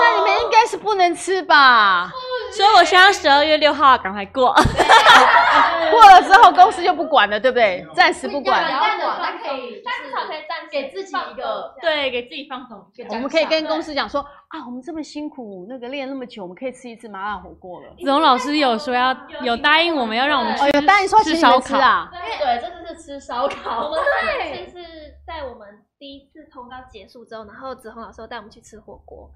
Speaker 1: 那你们应该是不能吃吧？
Speaker 4: 所以我希望十二月六号赶快过，
Speaker 1: 过了之后公司就不管了，对不对？暂时不管
Speaker 2: 不一
Speaker 1: 了
Speaker 2: 样。
Speaker 7: 但的话可以，
Speaker 2: 但至少可以暂时
Speaker 7: 给自己一个
Speaker 4: 对，给自己放松一下
Speaker 1: 我们可以跟公司讲说啊，我们这么辛苦，那个练那么久，我们可以吃一次麻辣火锅了。
Speaker 6: 子荣老师有说要有答应我们要让我们吃
Speaker 1: 哦，有答应说请
Speaker 6: 吃
Speaker 1: 你
Speaker 6: 烧
Speaker 1: 们吃
Speaker 6: 烤，
Speaker 1: 啊，
Speaker 2: 对，真的是吃烧
Speaker 7: 我
Speaker 2: 烤，
Speaker 7: 们这次是在我们第一次通告结束之后，然后子红老师又带我们去吃火锅，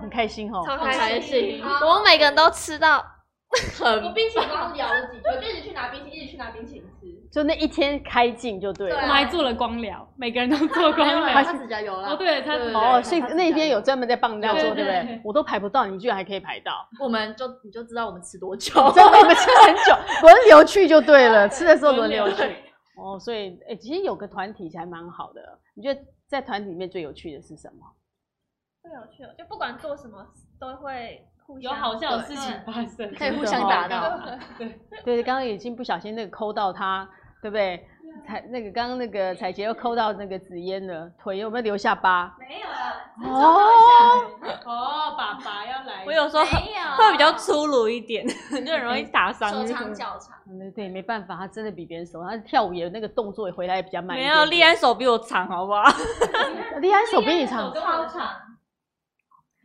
Speaker 1: 很开心哦。
Speaker 7: 超
Speaker 2: 开
Speaker 7: 开
Speaker 2: 心
Speaker 7: 心，我们每个人都吃到，
Speaker 5: 我冰淇淋刚聊了几句，就一直去拿冰淇淋，一直去拿冰淇淋吃。
Speaker 1: 就那一天开镜就对
Speaker 6: 我
Speaker 1: 了。
Speaker 6: 们还做了光疗，每个人都做光
Speaker 2: 他
Speaker 6: 疗。
Speaker 2: 自己加油
Speaker 6: 哦，
Speaker 2: 了。
Speaker 6: 对，他
Speaker 4: 啊
Speaker 2: 对
Speaker 1: 哦，所以那边有专门在帮人家做，对
Speaker 6: 对
Speaker 1: 不
Speaker 6: 对
Speaker 1: 对？我都排不到，你居然还可以排到，
Speaker 2: 我们就你就知道我们吃多久，
Speaker 1: 真的，你们吃很久，轮流去就对了，吃的时候轮流
Speaker 6: 轮
Speaker 1: 去。哦，所以诶，其实有个团体还蛮好的。你觉得在团体里面最有趣的是什么？
Speaker 7: 会有趣哦，就不管做什么都会互
Speaker 6: 有
Speaker 7: 相
Speaker 6: 好笑的事情发生，
Speaker 1: (laughs)
Speaker 2: 可以互相打到。
Speaker 1: 对，刚刚已经不小心那个抠到他，对不对？彩那个刚刚那个彩杰又抠到那个紫嫣了，腿有没有留下疤？
Speaker 5: 没有啊，
Speaker 1: 哦，
Speaker 5: 哦，爸爸要来哎
Speaker 8: 我有时候
Speaker 4: (laughs)
Speaker 3: 没有
Speaker 8: 会比较粗鲁一点，就很容易打伤。
Speaker 3: 手长脚长，
Speaker 1: 嗯对，没办法，他真的比别人熟，他跳舞也那个动作也回来也比较慢一
Speaker 8: 没
Speaker 1: 点。
Speaker 8: 有，立安手比我长，好不好？
Speaker 1: 立安手比你长，
Speaker 5: 超长，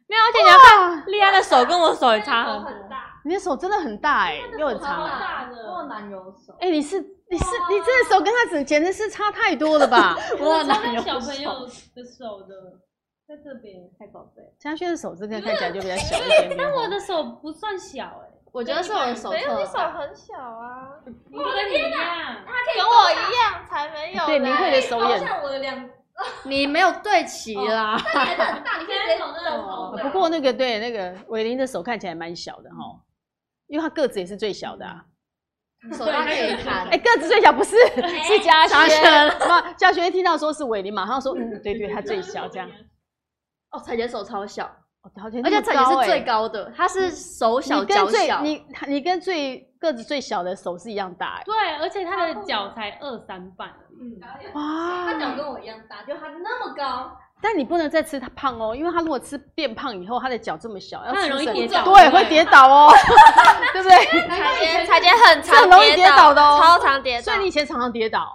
Speaker 8: 没有，而且你要看立安的手跟我手也差很多。
Speaker 5: 很大，
Speaker 1: 你的手真的很大哎、又很长
Speaker 5: 超
Speaker 1: 哎、
Speaker 5: 大的，我
Speaker 3: 难柔手。
Speaker 1: 哎、你是你是你这个手跟他只简直是差太多了吧？
Speaker 4: 我拿小朋友的手的，在这边。
Speaker 1: 嘉轩的手这个看起来就比较小一点点。
Speaker 4: 但我的手不算小
Speaker 1: 欸
Speaker 4: 哎、
Speaker 3: 我觉得是我的手
Speaker 7: 没有，你手
Speaker 3: 特大，
Speaker 7: 很小啊，
Speaker 4: 你跟你一样。
Speaker 8: 哦
Speaker 7: 跟我一样才没有。
Speaker 1: 对明慧的手也
Speaker 5: 像我的两，
Speaker 3: 你没有对齐啦。
Speaker 5: 很大，你可以直接从那头
Speaker 1: 哦不过那个对啊那个伟林的手看起来蛮小的哈，因为他个子也是最小的、啊。
Speaker 3: 手大可以弹
Speaker 1: 哎、，个子最小不是是哎嘉轩，妈嘉轩一听到说是伟林，马上说嗯，对对，他最小这样。
Speaker 3: (laughs) 哦，彩姐手超小，
Speaker 1: 哦，而且
Speaker 3: 而且彩姐是最
Speaker 1: 高
Speaker 3: 高欸嗯的，她是手
Speaker 1: 哎，
Speaker 3: 小
Speaker 1: 你跟
Speaker 3: 脚
Speaker 1: 最
Speaker 3: 小，
Speaker 1: 你你跟最个子最小的手是一样大哎、
Speaker 4: 对，而且他的脚才二三瓣，
Speaker 5: 他脚
Speaker 1: 哇！
Speaker 5: 跟我一样大，就他那么高，
Speaker 1: 但你不能再吃他胖哦，因为他如果吃变胖以后，他的脚这么小，要
Speaker 4: 他很容易
Speaker 1: 吃什么
Speaker 4: 跌倒
Speaker 1: 对，会跌倒 (laughs) 哦，对不对？
Speaker 7: 彩姐，彩姐
Speaker 1: (laughs)
Speaker 7: 很
Speaker 1: 这很
Speaker 7: 常
Speaker 1: 容易跌倒的哦
Speaker 7: 超常跌倒
Speaker 1: 所以。你以前常常跌倒。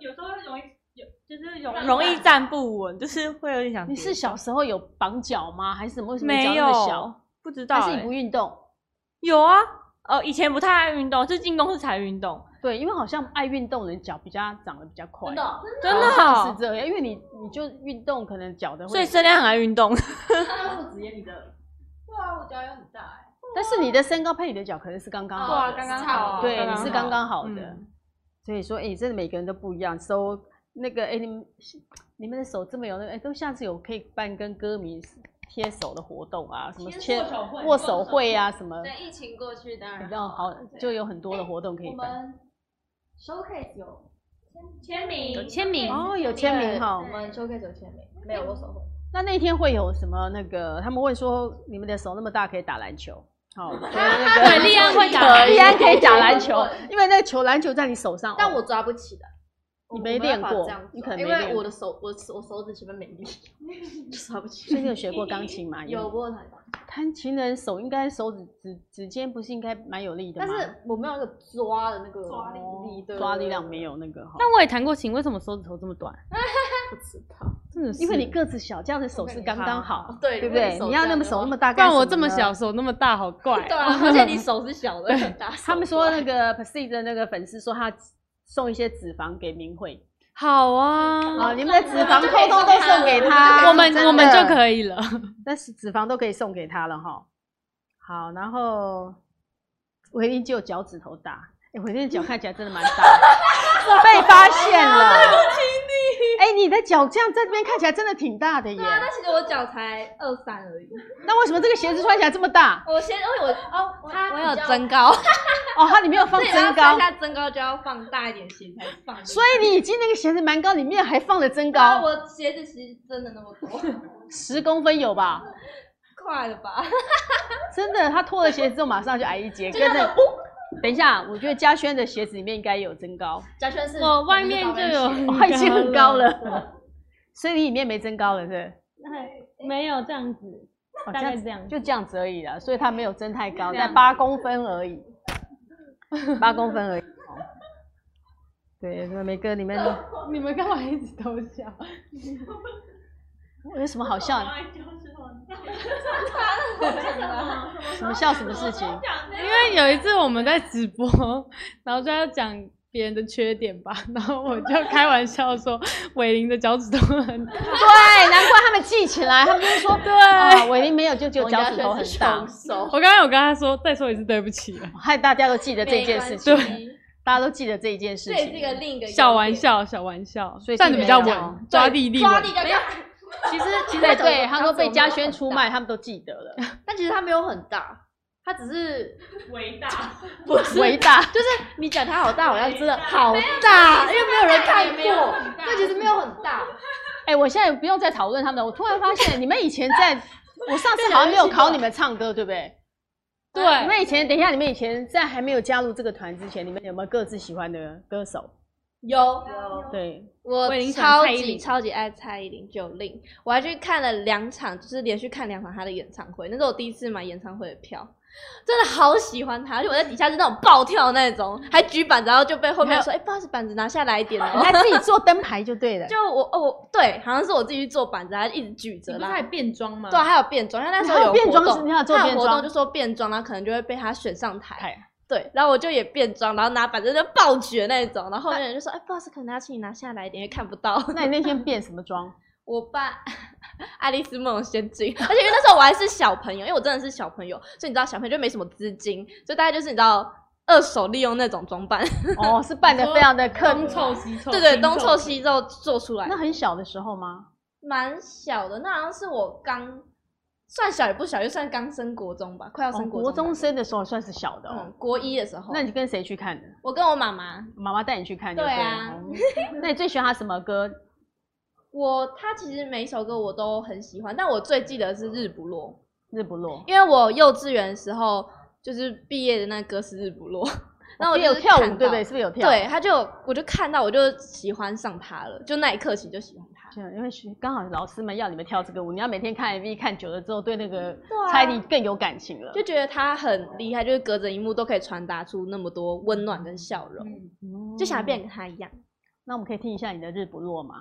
Speaker 4: 有时候会容易有就是有
Speaker 8: 容易站不稳，就是会有点想跌倒。
Speaker 1: 你是小时候有绑脚吗？还是什么？为什么你脚
Speaker 8: 没
Speaker 1: 那么小
Speaker 8: 有？？不知道
Speaker 1: 但是你
Speaker 8: 欸
Speaker 1: 不。运动？
Speaker 8: 有啊，呃，以前不太爱运动，是进公司才运动。
Speaker 1: 对，因为好像爱运动的人脚比较长得比较快，
Speaker 5: 真的哦，
Speaker 8: 真
Speaker 1: 好
Speaker 8: 的
Speaker 1: 像是
Speaker 8: 哦，
Speaker 1: 这样，因为你你就运动可能脚的会，
Speaker 8: 所以身量很爱运动。
Speaker 5: 那不止你的，对啊，我脚也很大哎，
Speaker 1: 但是你的身高配你的脚可能是刚刚好的，
Speaker 5: 刚
Speaker 3: 刚好
Speaker 4: 哦
Speaker 3: 啊
Speaker 8: (laughs)
Speaker 1: 对，
Speaker 8: 刚
Speaker 1: 你
Speaker 8: 刚
Speaker 1: 是刚刚好的，
Speaker 8: 嗯
Speaker 1: 所以说，哎、真的每个人都不一样。手那个，哎、你们你们的手这么有那个，哎、都下次有可以办跟歌迷贴手的活动啊，什么
Speaker 5: 其实
Speaker 1: 牵
Speaker 5: 握手会，
Speaker 1: 握手会啊，什么，
Speaker 5: 对，疫情过去当
Speaker 1: 比
Speaker 5: 然
Speaker 1: 较好，就有很
Speaker 3: 哎
Speaker 1: 多的活动可以
Speaker 5: 我
Speaker 1: 办。哦
Speaker 5: 们 showcase 有签名，
Speaker 4: 签名
Speaker 1: 哦，有签名哈
Speaker 3: 我。们 showcase 有签名，没有握手会。
Speaker 5: 哦
Speaker 1: 那那天会有什么那个？他们问说你们的手那么大可以打篮球，
Speaker 3: (laughs)
Speaker 1: 好、哦，
Speaker 4: 对，
Speaker 1: (laughs)
Speaker 4: 立安会打，
Speaker 1: 依然可以打篮球，因为那个球篮球在你手上。哦
Speaker 3: 但我抓不起来。
Speaker 1: 你
Speaker 3: 我
Speaker 1: 没
Speaker 3: 我
Speaker 1: 练
Speaker 3: 办法
Speaker 1: 过
Speaker 3: 这样
Speaker 1: 你可
Speaker 3: 抓
Speaker 1: 能
Speaker 3: 因
Speaker 1: 没练
Speaker 3: 为我
Speaker 1: 过
Speaker 3: 的手，我手我手指前面没力，就抓不起
Speaker 1: 所以你
Speaker 3: 来。
Speaker 1: 有学过钢琴吗？
Speaker 3: (laughs) 有。过弹，
Speaker 1: 弹琴的人手应该手指指指尖不是应该蛮有力的
Speaker 3: 但
Speaker 1: 吗？哦
Speaker 3: 是我没有那个抓的那个
Speaker 5: 抓力
Speaker 3: 力，对
Speaker 1: 抓力量没，有那个哈。
Speaker 4: 但我也弹过琴，为什么手指头这么短？
Speaker 3: 对对对不知道。
Speaker 4: 真的是，
Speaker 1: 因为你个子小，这样的手是刚刚好，
Speaker 3: 啊对
Speaker 1: 对不
Speaker 3: 如果
Speaker 1: 对
Speaker 3: 你？手
Speaker 1: 你要
Speaker 3: 这
Speaker 1: 那
Speaker 3: 样
Speaker 1: 么
Speaker 3: 的
Speaker 1: 手
Speaker 3: 话
Speaker 1: 那么大，干
Speaker 4: 但
Speaker 1: 什
Speaker 4: 我
Speaker 1: 么
Speaker 4: 这么
Speaker 1: 呢
Speaker 4: 小，手那么大，好怪、
Speaker 3: 对啊，而且你手是小的，很
Speaker 5: 啊
Speaker 3: 大。
Speaker 1: 他们说那个 Pacific 的那个粉丝说他送一些脂肪给明慧，
Speaker 4: 好啊，
Speaker 1: 啊，你们的脂肪通通都送给他，
Speaker 4: 我们我们就
Speaker 1: 以，
Speaker 4: 可以了。
Speaker 1: 但是脂肪都可以送给他了哈。好，然后维林就有脚趾头大，哎、维林的脚看起来真的蛮大的，被发现了。哎、你的脚这样在这边看起来真的挺大的耶，
Speaker 5: 但其实我脚才二三而已，
Speaker 1: 那为什么这个鞋子穿起来这么大？
Speaker 5: 我先因为我哦，他
Speaker 9: 我
Speaker 5: 比
Speaker 9: 有
Speaker 5: 较
Speaker 9: 增高，
Speaker 1: 哦，它里面有放增高，
Speaker 5: 下增高就要放大一点鞋才放得进去。
Speaker 1: 所以你已经那个鞋子蛮高，里面还放了增
Speaker 5: 啊
Speaker 1: 高，
Speaker 5: 我鞋子其实真的那么多， (laughs)
Speaker 1: 十公分有吧？
Speaker 5: 快了吧？
Speaker 1: 真的，他脱了鞋子之后马上就矮一截，跟着。等一下，我觉得嘉轩的鞋子里面应该有增高，
Speaker 3: 嘉轩是
Speaker 4: 我外面就有，
Speaker 1: 哦，已经很高，了，所以你里面没增高了，是不是？
Speaker 4: (laughs) 没有这样子，
Speaker 1: 哦
Speaker 4: 大概这样
Speaker 1: 就这样子而已啦，所以他没有增太高， (laughs) 在八公分而 (laughs) 已，八公分而已。哦对，那梅哥，你们
Speaker 4: 你们干嘛一直偷笑？
Speaker 1: 有什么好笑？什么笑什么事情？
Speaker 4: 因为有一次我们在直播， (laughs) 然后就要讲别人的缺点吧，然后我就开玩笑说 (laughs) 伟林的脚趾头很大，
Speaker 1: (laughs) 对，难怪他们记起来，他们就说
Speaker 4: 对，
Speaker 1: 啊，伟林没有，就只有脚趾头很大
Speaker 3: 手，手。
Speaker 4: 我刚刚有跟他说，再说一次对不起啊了，
Speaker 1: 害大家都记得这件事情，大家都记得这一件事
Speaker 5: 这也是一
Speaker 1: 情。
Speaker 5: 个另一个
Speaker 4: 小玩笑，小玩笑
Speaker 1: 所以，
Speaker 4: 站的比较
Speaker 1: 是这样
Speaker 4: 稳，抓地力稳，
Speaker 5: 没 (laughs) 有，
Speaker 1: 其实其实
Speaker 3: 对
Speaker 1: 对，他
Speaker 3: 他
Speaker 1: 说
Speaker 3: 说
Speaker 1: 被
Speaker 3: 被
Speaker 1: 嘉
Speaker 3: 嘉
Speaker 1: 轩
Speaker 3: 轩
Speaker 1: 出
Speaker 3: 出
Speaker 1: 卖，
Speaker 3: 卖
Speaker 1: 他们都记得了，
Speaker 3: (laughs) 但其实他没有很大，他只是
Speaker 5: (laughs) 伟大，
Speaker 3: (laughs) 不是
Speaker 1: 伟大。
Speaker 3: 就是你讲他好大，好像真的好大，因为没有人看
Speaker 5: 没有
Speaker 3: 过
Speaker 5: 很，大
Speaker 3: 但其实没有很大。
Speaker 1: 哎，我现在不用再讨论他们了。我突然发现，你们以前
Speaker 3: (laughs)
Speaker 1: 在，我上次好像没有考你们唱歌，对不对？你啊
Speaker 4: 对，
Speaker 1: 们以前，等一下，你们以前在还没有加入这个团之前，你们有没有各自喜欢的歌手？
Speaker 2: 有
Speaker 1: 对，
Speaker 3: 我
Speaker 6: 我已经喜欢
Speaker 3: 超
Speaker 6: 蔡依林
Speaker 3: 级超级爱蔡依林九令，我还去看了两场，就是连续看两场她的演唱会，那是我第一次买演唱会的票，真的好喜欢她，而且我在底下是那种暴跳那种，还举板子，然后就被后面说，哎、不好意思，板子拿下来一点
Speaker 1: 你
Speaker 3: 哦。。
Speaker 1: 还自己做灯牌就对了
Speaker 3: (laughs) 就我哦，我对，好像是我自己去做板子，还一直举
Speaker 6: 你
Speaker 3: 着
Speaker 6: 不是
Speaker 3: 啦
Speaker 6: 还。变装吗？
Speaker 3: 对啊，还有变装，因为那
Speaker 1: 你
Speaker 3: 时
Speaker 1: 还有
Speaker 3: 候有
Speaker 1: 变装
Speaker 3: 活
Speaker 1: 是
Speaker 3: 动
Speaker 1: 你还有做
Speaker 3: 他
Speaker 1: 变
Speaker 3: 活
Speaker 1: 装
Speaker 3: 动就说变装，然后可能就会被他选上台
Speaker 1: 台。
Speaker 3: 对，然后我就也变装，然后拿板子就暴举的那种，然后后面人就说：“哎，不好意思，可能要请你拿下来一点，因为看不到。
Speaker 1: 那你那天变什么妆？”
Speaker 3: 我扮爱丽丝梦游仙境， (laughs) 而且因为那时候我还是小朋友，因为我真的是小朋友，所以你知道小朋友就没什么资金，所以大概就是你知道二手利用那种装扮，
Speaker 1: 哦，是扮的非常的刻
Speaker 6: 东凑西凑，
Speaker 3: 对对，
Speaker 6: 拼
Speaker 3: 东凑西凑做出来
Speaker 1: 那。很小的时候吗？
Speaker 3: 蛮小的，那好像是我刚算小也不小，就算刚升国中吧，快要
Speaker 1: 哦
Speaker 3: 升
Speaker 1: 国
Speaker 3: 国
Speaker 1: 中
Speaker 3: 中吧、
Speaker 1: 生的时候算是小的
Speaker 3: 嗯
Speaker 1: 哦。，
Speaker 3: 国一的时候。
Speaker 1: 那你跟谁去看的？
Speaker 3: 我跟我妈妈，
Speaker 1: 妈妈带你去看就
Speaker 3: 对
Speaker 1: 了
Speaker 3: 啊
Speaker 1: 哦那你最喜欢他什么歌？
Speaker 3: 我她其实每一首歌我都很喜欢，但我最记得是《日不落
Speaker 1: 日不
Speaker 3: (laughs)
Speaker 1: 落》，。
Speaker 3: 因为我幼稚园的时候就是毕业的那歌是《日不落》， (laughs) 那我
Speaker 1: 也
Speaker 3: 就
Speaker 1: 哦有
Speaker 3: 是
Speaker 1: 跳舞
Speaker 3: 看到
Speaker 1: 对不对？是不是有跳？
Speaker 3: 对，，他就我就看到我就喜欢上他了，就那一刻起就喜欢他。
Speaker 1: 就因为学刚好老师们要你们跳这个舞，你要每天看 MV 看久了之后，对那个
Speaker 3: 啊
Speaker 1: 猜你更有感情了。
Speaker 3: 就觉得他很厉害，就是隔着荧幕都可以传达出那么多温暖跟笑容，
Speaker 1: 嗯
Speaker 3: 就想变跟他一样。
Speaker 1: 那我们可以听一下你的日不落吗？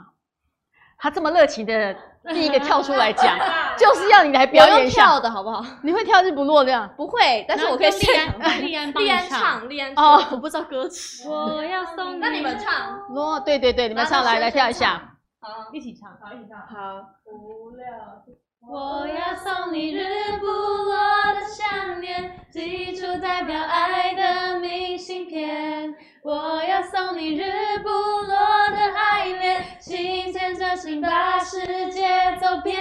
Speaker 1: 他这么热情的第一个跳出来
Speaker 3: (laughs)
Speaker 1: 讲，就是要你来表
Speaker 3: 我用
Speaker 1: 演一下
Speaker 3: 跳。的好不好？ (laughs)
Speaker 1: 你会跳日不落这样？
Speaker 3: 不会，但
Speaker 6: 然
Speaker 3: 是
Speaker 6: 后
Speaker 3: 我可以
Speaker 6: 就
Speaker 3: 现
Speaker 6: 立
Speaker 3: 场
Speaker 6: 安立安
Speaker 3: (laughs)
Speaker 6: 帮
Speaker 3: 立
Speaker 6: 你
Speaker 3: 安
Speaker 6: 唱
Speaker 3: 唱，立安
Speaker 1: 哦
Speaker 3: 唱，我不知道歌词。
Speaker 6: 我要送
Speaker 3: 那你们唱，
Speaker 1: 哦，对对对，你们上来来跳一下。
Speaker 5: 好，
Speaker 6: 一起唱，
Speaker 5: 好，一起唱。
Speaker 3: 好，
Speaker 5: 五六七
Speaker 6: 我要送你日不落的项链，寄出代表爱的明信片。我要送你日不落的爱恋，请牵着心把世界走遍。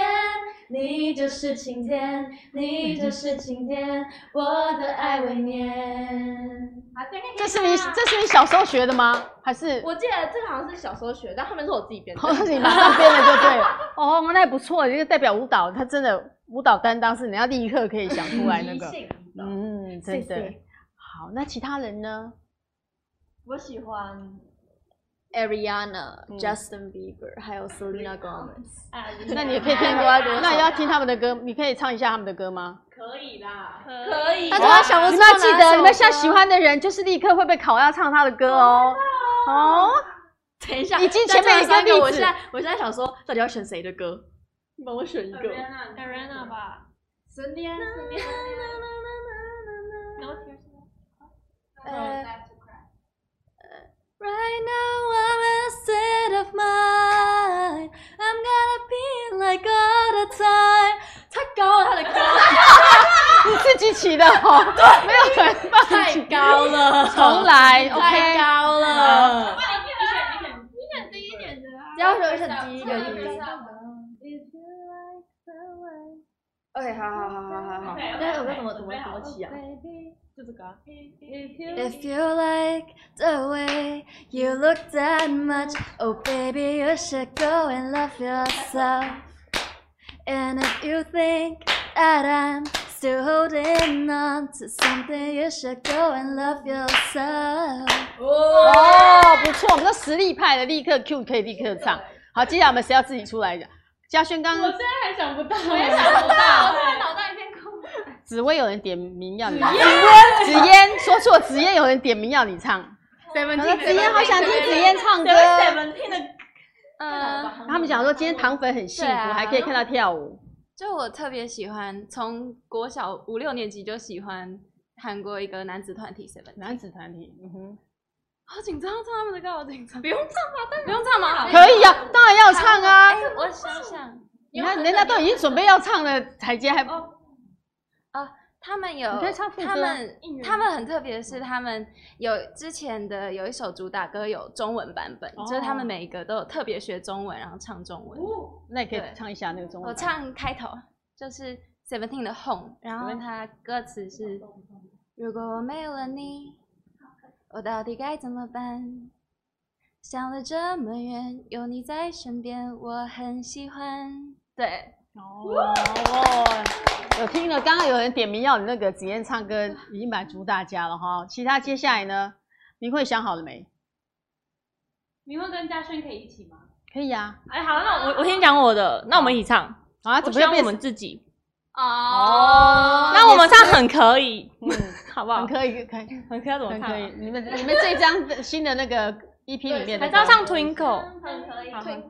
Speaker 6: 你就是晴天，你就是晴天，我的爱未眠。
Speaker 1: 这是你这是你小时候学的吗？还 (laughs) 是
Speaker 3: 我记得这个好像是小时候学，但后面是我自己编的。
Speaker 1: 哦，你马上编的就对了。 (laughs) 哦，那也不错，这个代表舞蹈，他真的舞蹈担当是你要立刻可以想出来那个。 (laughs) 嗯，真的。好，那其他人呢？
Speaker 5: 我喜欢
Speaker 2: Ariana、
Speaker 1: 嗯
Speaker 2: Justin Bieber，还有 Selena Gomez。
Speaker 5: 艾丽，
Speaker 1: (laughs) 那你也可以听，那也要听他们的歌，你可以唱一下他们的歌吗？
Speaker 5: 可以啦，
Speaker 3: 可以
Speaker 1: 他说他想不出来。记得你们现在喜欢的人，就是立刻会被考要唱他的歌哦。哦，
Speaker 2: 等一下，
Speaker 1: 已经前面有一个
Speaker 2: 再讲三
Speaker 1: 例子
Speaker 2: 我现在我现在想说，到底要选谁的歌？你帮我选一个。
Speaker 5: 艾瑞娜吧，
Speaker 2: 神恋，神恋。
Speaker 5: 然后听什么？
Speaker 7: 嗯
Speaker 5: 呃，
Speaker 4: Right now I'm in a state of mind. I'm gonna be like all the time. 太高了，他的歌
Speaker 1: 你自己起的哦， (laughs) 没有人放
Speaker 4: 太
Speaker 1: 弃。
Speaker 4: 高了，
Speaker 1: 重来
Speaker 4: 太
Speaker 1: ，OK。
Speaker 4: 高了。
Speaker 5: 你选你选
Speaker 7: 低一点的啊
Speaker 2: 只要有选第一个，
Speaker 5: 你选。
Speaker 2: OK，好好好好好好。那我该怎么怎么怎么起啊？
Speaker 5: 就这个啊。
Speaker 4: If you like the way you look that much, oh baby, you should go and love yourself. And if you think that I'm still holding on to something, you should go and love yourself.
Speaker 1: 哦，不错，我们这实力派的立刻 Q 可以立刻唱。好，接下来我们谁要自己出来讲？嘉轩刚刚
Speaker 6: 还想不到，
Speaker 1: 紫薇有人点名要你，紫紫嫣说错，紫嫣有人点名要你
Speaker 10: (laughs)
Speaker 1: 唱。
Speaker 6: Seventeen
Speaker 1: 他说紫嫣好想听紫嫣唱歌。
Speaker 2: 呃，
Speaker 1: 他们讲说今天糖粉很幸福，
Speaker 10: 对啊
Speaker 1: 还可以看到跳舞。
Speaker 10: 就我特别喜欢，从国小五六年级就喜欢韩国一个男子团体 Seven，
Speaker 1: 男子团体，嗯哼。
Speaker 10: 好紧张，唱他们的歌好紧张。不用唱吧，不用唱吗？
Speaker 1: 可以啊，当然要唱啊！
Speaker 10: 哎我想想，哦
Speaker 1: 你看人家都已经准备要唱了，台阶还
Speaker 10: 他们有
Speaker 1: 你可以唱副歌啊
Speaker 10: 他们嗯他们很特别的是，他们有之前的有一首主打歌有中文版本，就是他们每一个都有特别学中文，然后唱中文。
Speaker 1: 那你可以
Speaker 10: 对
Speaker 1: 唱一下那个中文
Speaker 10: 我
Speaker 1: 版。
Speaker 10: 唱开头就是 Seventeen 的 Home，然后它歌词是：如果我没有了你，我到底该怎么办？想了这么远，有你在身边，我很喜欢。对，
Speaker 1: 哦，有听了，刚刚有人点名要你那个紫嫣唱歌，已经满足大家了哈。其他接下来呢，你会想好了没？
Speaker 5: 你会跟嘉轩可以一起吗？
Speaker 1: 可以啊。
Speaker 4: 哎，好，那我我先讲我的，那我们一起唱。
Speaker 1: 好啊，
Speaker 4: 我
Speaker 1: 怎么
Speaker 4: 希
Speaker 1: 又
Speaker 4: 望我
Speaker 1: 变
Speaker 4: 们
Speaker 1: 成
Speaker 4: 自己，
Speaker 1: 哦
Speaker 4: 那我们唱很可以， (laughs) 好不好
Speaker 1: 嗯很？可以，可
Speaker 4: (laughs)
Speaker 1: 以，
Speaker 4: 很可以怎么
Speaker 1: 很
Speaker 4: 唱
Speaker 1: 可
Speaker 4: 啊
Speaker 1: 以？。你们你们这张的新的那个 EP 里面的
Speaker 4: 还是要唱
Speaker 1: 歌
Speaker 4: Twinkle。
Speaker 7: 很可以
Speaker 4: 好
Speaker 7: 推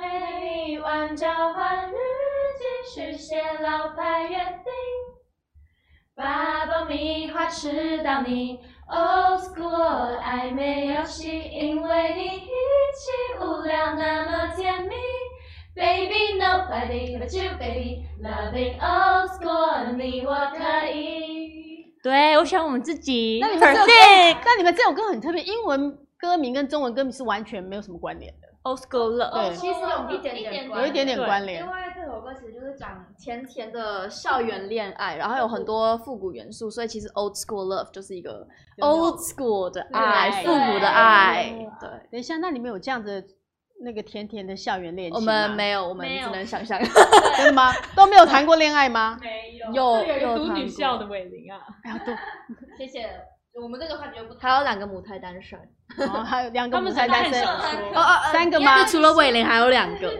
Speaker 5: 陪你玩交换日记，实现老派约定。把爆米花吃到你，Old School 暧昧游戏，因为你一起无聊那么甜蜜。Baby nobody but you baby loving old school 你我可以。
Speaker 4: 对，我喜欢我们自己。
Speaker 1: 那你们这首歌
Speaker 4: Perfect，
Speaker 1: 那你们这首歌很特别，英文歌名跟中文歌名是完全没有什么关联的，
Speaker 4: old school love。
Speaker 1: 对，
Speaker 7: 其实有一点点
Speaker 1: 有一点点
Speaker 4: 对
Speaker 1: 关
Speaker 11: 因
Speaker 1: 联。
Speaker 11: 为这首歌其实就是讲
Speaker 3: 甜甜的校园恋爱，然后有很多复古元素，所以其实 old school love 就是一个 old school 的爱，
Speaker 1: 对
Speaker 3: 复古的爱。对，
Speaker 1: 等一下，那你们有这样子那个甜甜的校园恋情
Speaker 3: 我
Speaker 1: 吗
Speaker 3: 们没有，我们
Speaker 7: 没有
Speaker 3: 只能想象。
Speaker 1: 真的
Speaker 3: (laughs)
Speaker 1: 吗？都没有谈过恋爱吗？
Speaker 5: 没
Speaker 3: 有
Speaker 5: 这
Speaker 3: 有
Speaker 5: 个
Speaker 3: 谈过
Speaker 5: 的伟玲啊，
Speaker 1: 哎呀，都
Speaker 7: 谢谢。我们这个话题就不
Speaker 3: 还有两个母胎单身，
Speaker 1: 哦，还有两个
Speaker 5: 他
Speaker 1: 母
Speaker 5: 们
Speaker 1: 胎
Speaker 5: 是
Speaker 1: 单
Speaker 5: 很
Speaker 1: 身，
Speaker 5: 少谈
Speaker 1: 哦
Speaker 3: 呃
Speaker 1: 哦三个吗
Speaker 3: 就？除了伟玲还有两个。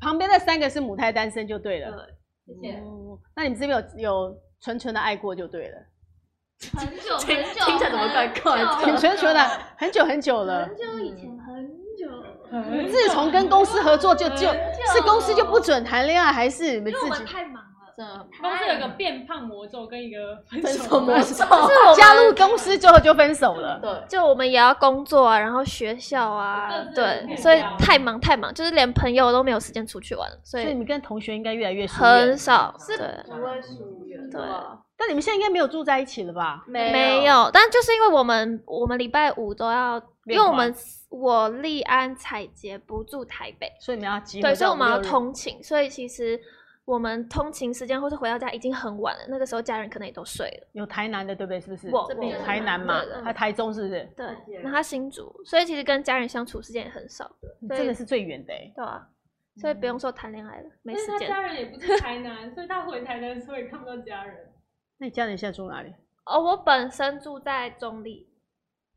Speaker 1: 旁边的三个是母胎单身就对了。
Speaker 7: 谢谢。
Speaker 1: 哦，那你们这边有有纯纯的爱过就对了， (laughs)
Speaker 7: 很久很
Speaker 3: 听
Speaker 7: 久，
Speaker 3: 听起来怎么怪怪的
Speaker 1: 很
Speaker 7: 很久
Speaker 1: 纯纯的，很久很久
Speaker 5: 嗯
Speaker 1: 了。
Speaker 7: 很久以前，很久。
Speaker 1: 自从跟公司合作就就
Speaker 7: 很久
Speaker 1: 是公司就不准谈恋爱，还是你们
Speaker 7: 嗯因为我
Speaker 1: 自己
Speaker 7: 们太忙了，
Speaker 3: 真的
Speaker 5: 公司有个哎变胖魔咒跟一个分
Speaker 3: 分
Speaker 5: 手
Speaker 3: 手魔咒，
Speaker 1: 哦加入公司之后就分手了？
Speaker 3: 对，
Speaker 7: 就我们也要工作啊，然后学校啊，对，所以太忙太忙，就是连朋友都没有时间出去玩，
Speaker 1: 所
Speaker 7: 所
Speaker 1: 以你
Speaker 7: 以
Speaker 1: 们跟同学应该越来越疏
Speaker 7: 很
Speaker 1: 远。
Speaker 7: 少。对，
Speaker 3: 不会疏远
Speaker 7: 对吧
Speaker 1: 但你们现在应该没有住在一起了吧？
Speaker 7: 没有。但就是因为我们我们礼拜五都要，因为我们我立安采洁不住台北，
Speaker 1: 所以你们要集合。
Speaker 7: 对，所以我们要。通勤，所以其实。我们通勤时间或是回到家已经很晚了，那个时候家人可能也都睡了。
Speaker 1: 有台南的对不对？是不是？
Speaker 7: 我
Speaker 1: 这
Speaker 7: 我
Speaker 1: 边有台南嘛
Speaker 7: 对对，
Speaker 1: 还台中是不是？
Speaker 7: 对，那他新竹，所以其实跟家人相处时间也很少，
Speaker 1: 你
Speaker 7: 对
Speaker 1: 真的是最远的欸
Speaker 7: 对啊，所以不用说谈恋爱了，没
Speaker 5: 但是
Speaker 7: 时
Speaker 5: 他
Speaker 7: 间。
Speaker 5: 家人也不住台南，所以他回台南的时候也看不到家人。
Speaker 1: 那你家人现在住哪里？
Speaker 7: 哦，我本身住在中立，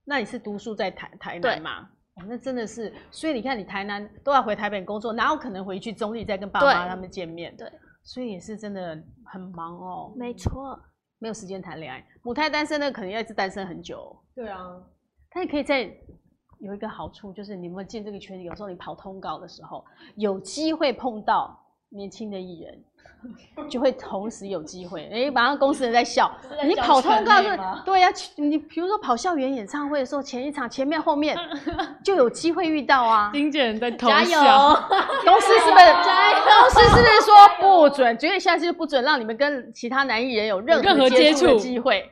Speaker 1: 那你是读书在台台
Speaker 7: 对
Speaker 1: 南嘛？哦，那真的是，所以你看，你台南都要回台北工作，哪有可能回去中立再跟爸妈
Speaker 7: 对
Speaker 1: 他们见面？
Speaker 7: 对，
Speaker 1: 所以也是真的很忙哦。
Speaker 7: 没错。
Speaker 1: 没有时间谈恋爱。母胎单身呢，可能要一直单身很久哦、
Speaker 5: 对啊，
Speaker 1: 但是可以在有一个好处，就是你们进这个圈子，有时候你跑通告的时候，有机会碰到年轻的艺人，就会同时有机会。哎、马上公司人在笑，你跑通告是， (laughs) 对呀、去你比如说跑校园演唱会的时候，前一场、前面、后
Speaker 5: (laughs)
Speaker 1: 面就有机会遇到啊。
Speaker 4: 经纪人在偷
Speaker 3: 加油！
Speaker 4: 笑，
Speaker 1: (laughs) 公司是不
Speaker 4: (laughs)
Speaker 1: 是？公司是不是说不准？决定下次就不准让你们跟其他男艺人有任
Speaker 4: 任
Speaker 1: 何
Speaker 4: 何
Speaker 1: 接
Speaker 4: 接
Speaker 1: 触的
Speaker 4: 触
Speaker 1: 机
Speaker 4: (laughs)
Speaker 1: 会？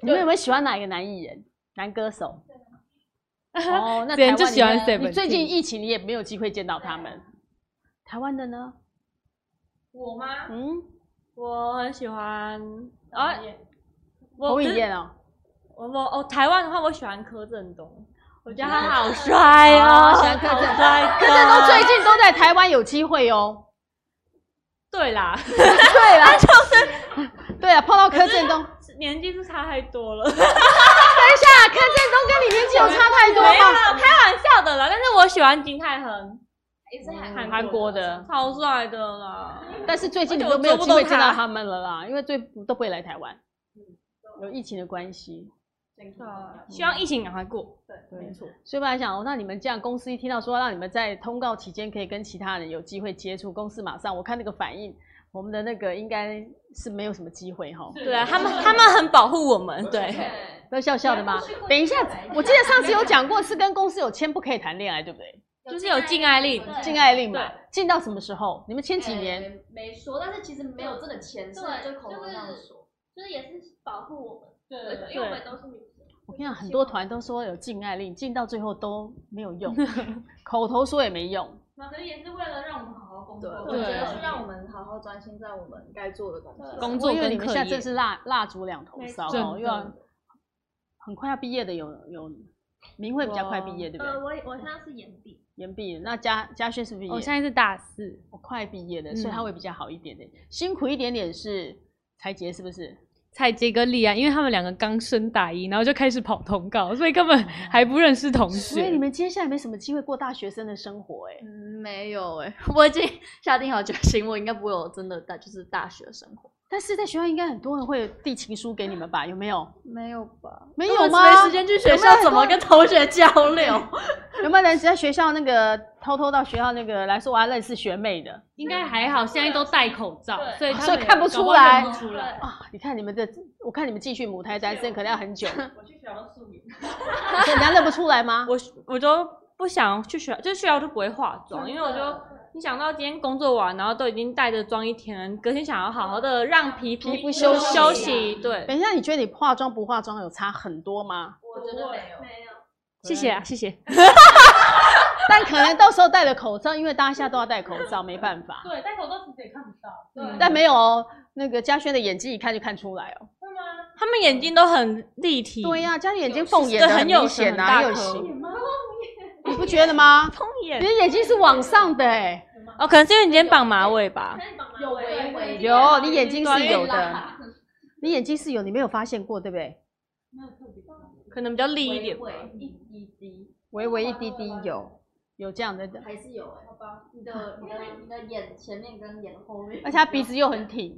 Speaker 1: 你们有没有喜欢哪一个男艺人、男歌
Speaker 4: (laughs)
Speaker 1: 手？哦，那
Speaker 4: 别人
Speaker 1: 台湾
Speaker 4: 就喜欢
Speaker 1: 你呢你
Speaker 4: Seventeen
Speaker 1: 最近疫情，你也没有机会见到他们。台湾的呢？
Speaker 5: 我吗？
Speaker 1: 嗯，
Speaker 4: 我很喜欢啊，我
Speaker 1: 侯
Speaker 4: 不
Speaker 1: 颖
Speaker 4: 是
Speaker 1: 燕哦，
Speaker 4: 我我哦，台湾的话，我喜欢柯震东，我觉得他好帅哦，
Speaker 1: 喜欢柯震东
Speaker 4: 好帅
Speaker 1: 可
Speaker 4: 哥，
Speaker 1: 是都最近都在台湾有机会哦。
Speaker 4: 对啦，
Speaker 1: 对啦，就是 (laughs) 对啊，碰到柯震东。
Speaker 4: 年纪是差太多了，
Speaker 1: 等一下，柯震东跟你年纪有差太多
Speaker 4: 没有
Speaker 1: 吗？
Speaker 4: 啦开玩笑的啦。但是我喜欢金泰亨，
Speaker 5: 也是
Speaker 1: 韩国的，
Speaker 4: 超帅嗯的啦。
Speaker 1: 但是最近你都没有机会见到他们了啦，因为最都不会来台湾，有疫情的关系。
Speaker 4: 希望疫情赶快过。
Speaker 1: 没错，所以我来想，哦那你们这样公司一听到说让你们在通告期间可以跟其他人有机会接触，公司马上我看那个反应，我们的那个应该是没有什么机会哈，
Speaker 4: 对啊，他们他们很保护我们，对，
Speaker 1: 都笑笑的嘛。等一下，我记得上次有讲过，是跟公司有签不可以谈恋爱，对不对？
Speaker 4: 就是有禁爱令，
Speaker 1: 禁爱令嘛，禁到什么时候？你们签几年？
Speaker 11: 没没说，但是其实没有真的钱，是
Speaker 7: 对
Speaker 11: 就口头上说。
Speaker 7: 就是也是保护我们，
Speaker 5: 对，
Speaker 7: 因为我们都是女生。
Speaker 1: 我跟你讲，很多团都说有禁爱令，禁到最后都没有 (laughs) 用，口头说也没用。
Speaker 5: 可能也是为了让我们好好工作。
Speaker 11: 我觉得是让我们好好专心在我们该做的工作。
Speaker 4: 工
Speaker 1: 不
Speaker 4: 作
Speaker 1: 过因为你们
Speaker 4: 跟课
Speaker 1: 现在
Speaker 4: 业
Speaker 1: 真。是蜡蜡烛两头烧
Speaker 4: 真
Speaker 1: 哦，
Speaker 4: 的
Speaker 1: 又要很快要毕业的有有，明慧比较快毕业，对不
Speaker 7: 呃，
Speaker 1: 对？
Speaker 7: 我我现在是岩壁，
Speaker 1: 延毕了，那嘉嘉轩是不是也？
Speaker 4: 我现在是大四，
Speaker 1: 我快毕业了，所以
Speaker 4: 嗯
Speaker 1: 他会比较好一点点，辛苦一点点是裁杰是不是？
Speaker 12: 蔡杰跟丽安，因为他们两个刚升大一，然后就开始跑通告，所以根
Speaker 4: 哦
Speaker 12: 本还不认识同
Speaker 1: 所以
Speaker 12: 学
Speaker 1: 你。们接下来没什么机会过大学生的生活哎、
Speaker 13: 嗯没有哎、 (laughs) 我已经下定好决心，我应该不会有真的大就是大学生活。
Speaker 1: 但是在学校应该很多人会递情书给你们吧？有没有？
Speaker 13: 没有吧？
Speaker 1: 没
Speaker 13: 啊我
Speaker 1: 有吗？
Speaker 13: 没时间去学校，怎么跟同学交流？
Speaker 1: 有没有人在学校那个偷偷到学校那个来说我要认识学妹的
Speaker 4: 应该还好，现在都戴口罩，所以他
Speaker 1: 啊所以
Speaker 4: 们也
Speaker 1: 看不
Speaker 4: 搞
Speaker 1: 出
Speaker 4: 好认
Speaker 1: 来
Speaker 4: 不出来。
Speaker 1: 啊？你看你们的，我看你们继续母胎单身可能要很 (laughs) 久，
Speaker 5: 我去学校素颜，
Speaker 1: 所以人家认不出来吗？
Speaker 4: 我我都不想去学，就是学校我就不会化妆，因为我就你想到今天工作完，然后都已经带着妆一天，隔天想要好好的让皮肤
Speaker 1: 皮肤
Speaker 4: 休
Speaker 1: 休息
Speaker 4: 休息，对，
Speaker 1: 等一下，你觉得你化妆不化妆有差很多吗？
Speaker 5: 我真的没有，没有。
Speaker 12: 谢谢啊，谢谢。
Speaker 1: 但可能到时候戴了口罩，因为大家现在都要戴口罩，没办 (laughs) 法。
Speaker 5: 对，戴口罩其实也看不到。对， (laughs)
Speaker 1: 但没有哦，那个嘉轩的眼睛一看就看出来哦。
Speaker 5: 会吗？
Speaker 4: 他们眼睛都很立体，
Speaker 1: 对呀、嘉轩眼睛
Speaker 4: 是
Speaker 1: 缝眼的
Speaker 4: 对很有
Speaker 1: 明
Speaker 4: 神
Speaker 1: 显
Speaker 4: 很
Speaker 1: 啊，
Speaker 4: 大
Speaker 1: 很有
Speaker 4: 颗
Speaker 1: 型，
Speaker 5: 吗？
Speaker 1: 你不觉得吗？
Speaker 4: 通
Speaker 1: 你
Speaker 4: 眼
Speaker 1: 的眼睛是往上的哎、
Speaker 4: 哦，可能是因为你今天绑马尾吧，
Speaker 5: 有微微
Speaker 1: 有，你眼睛是有的，你眼睛是有，你没有发现过对不对？
Speaker 4: 可能比较立一点吧。
Speaker 1: 微微一滴滴有，有这样的，
Speaker 13: 还是有
Speaker 3: 欸
Speaker 13: 哎、好吧，你的你的你的眼前面跟眼后面，
Speaker 1: 而且他鼻子又很挺，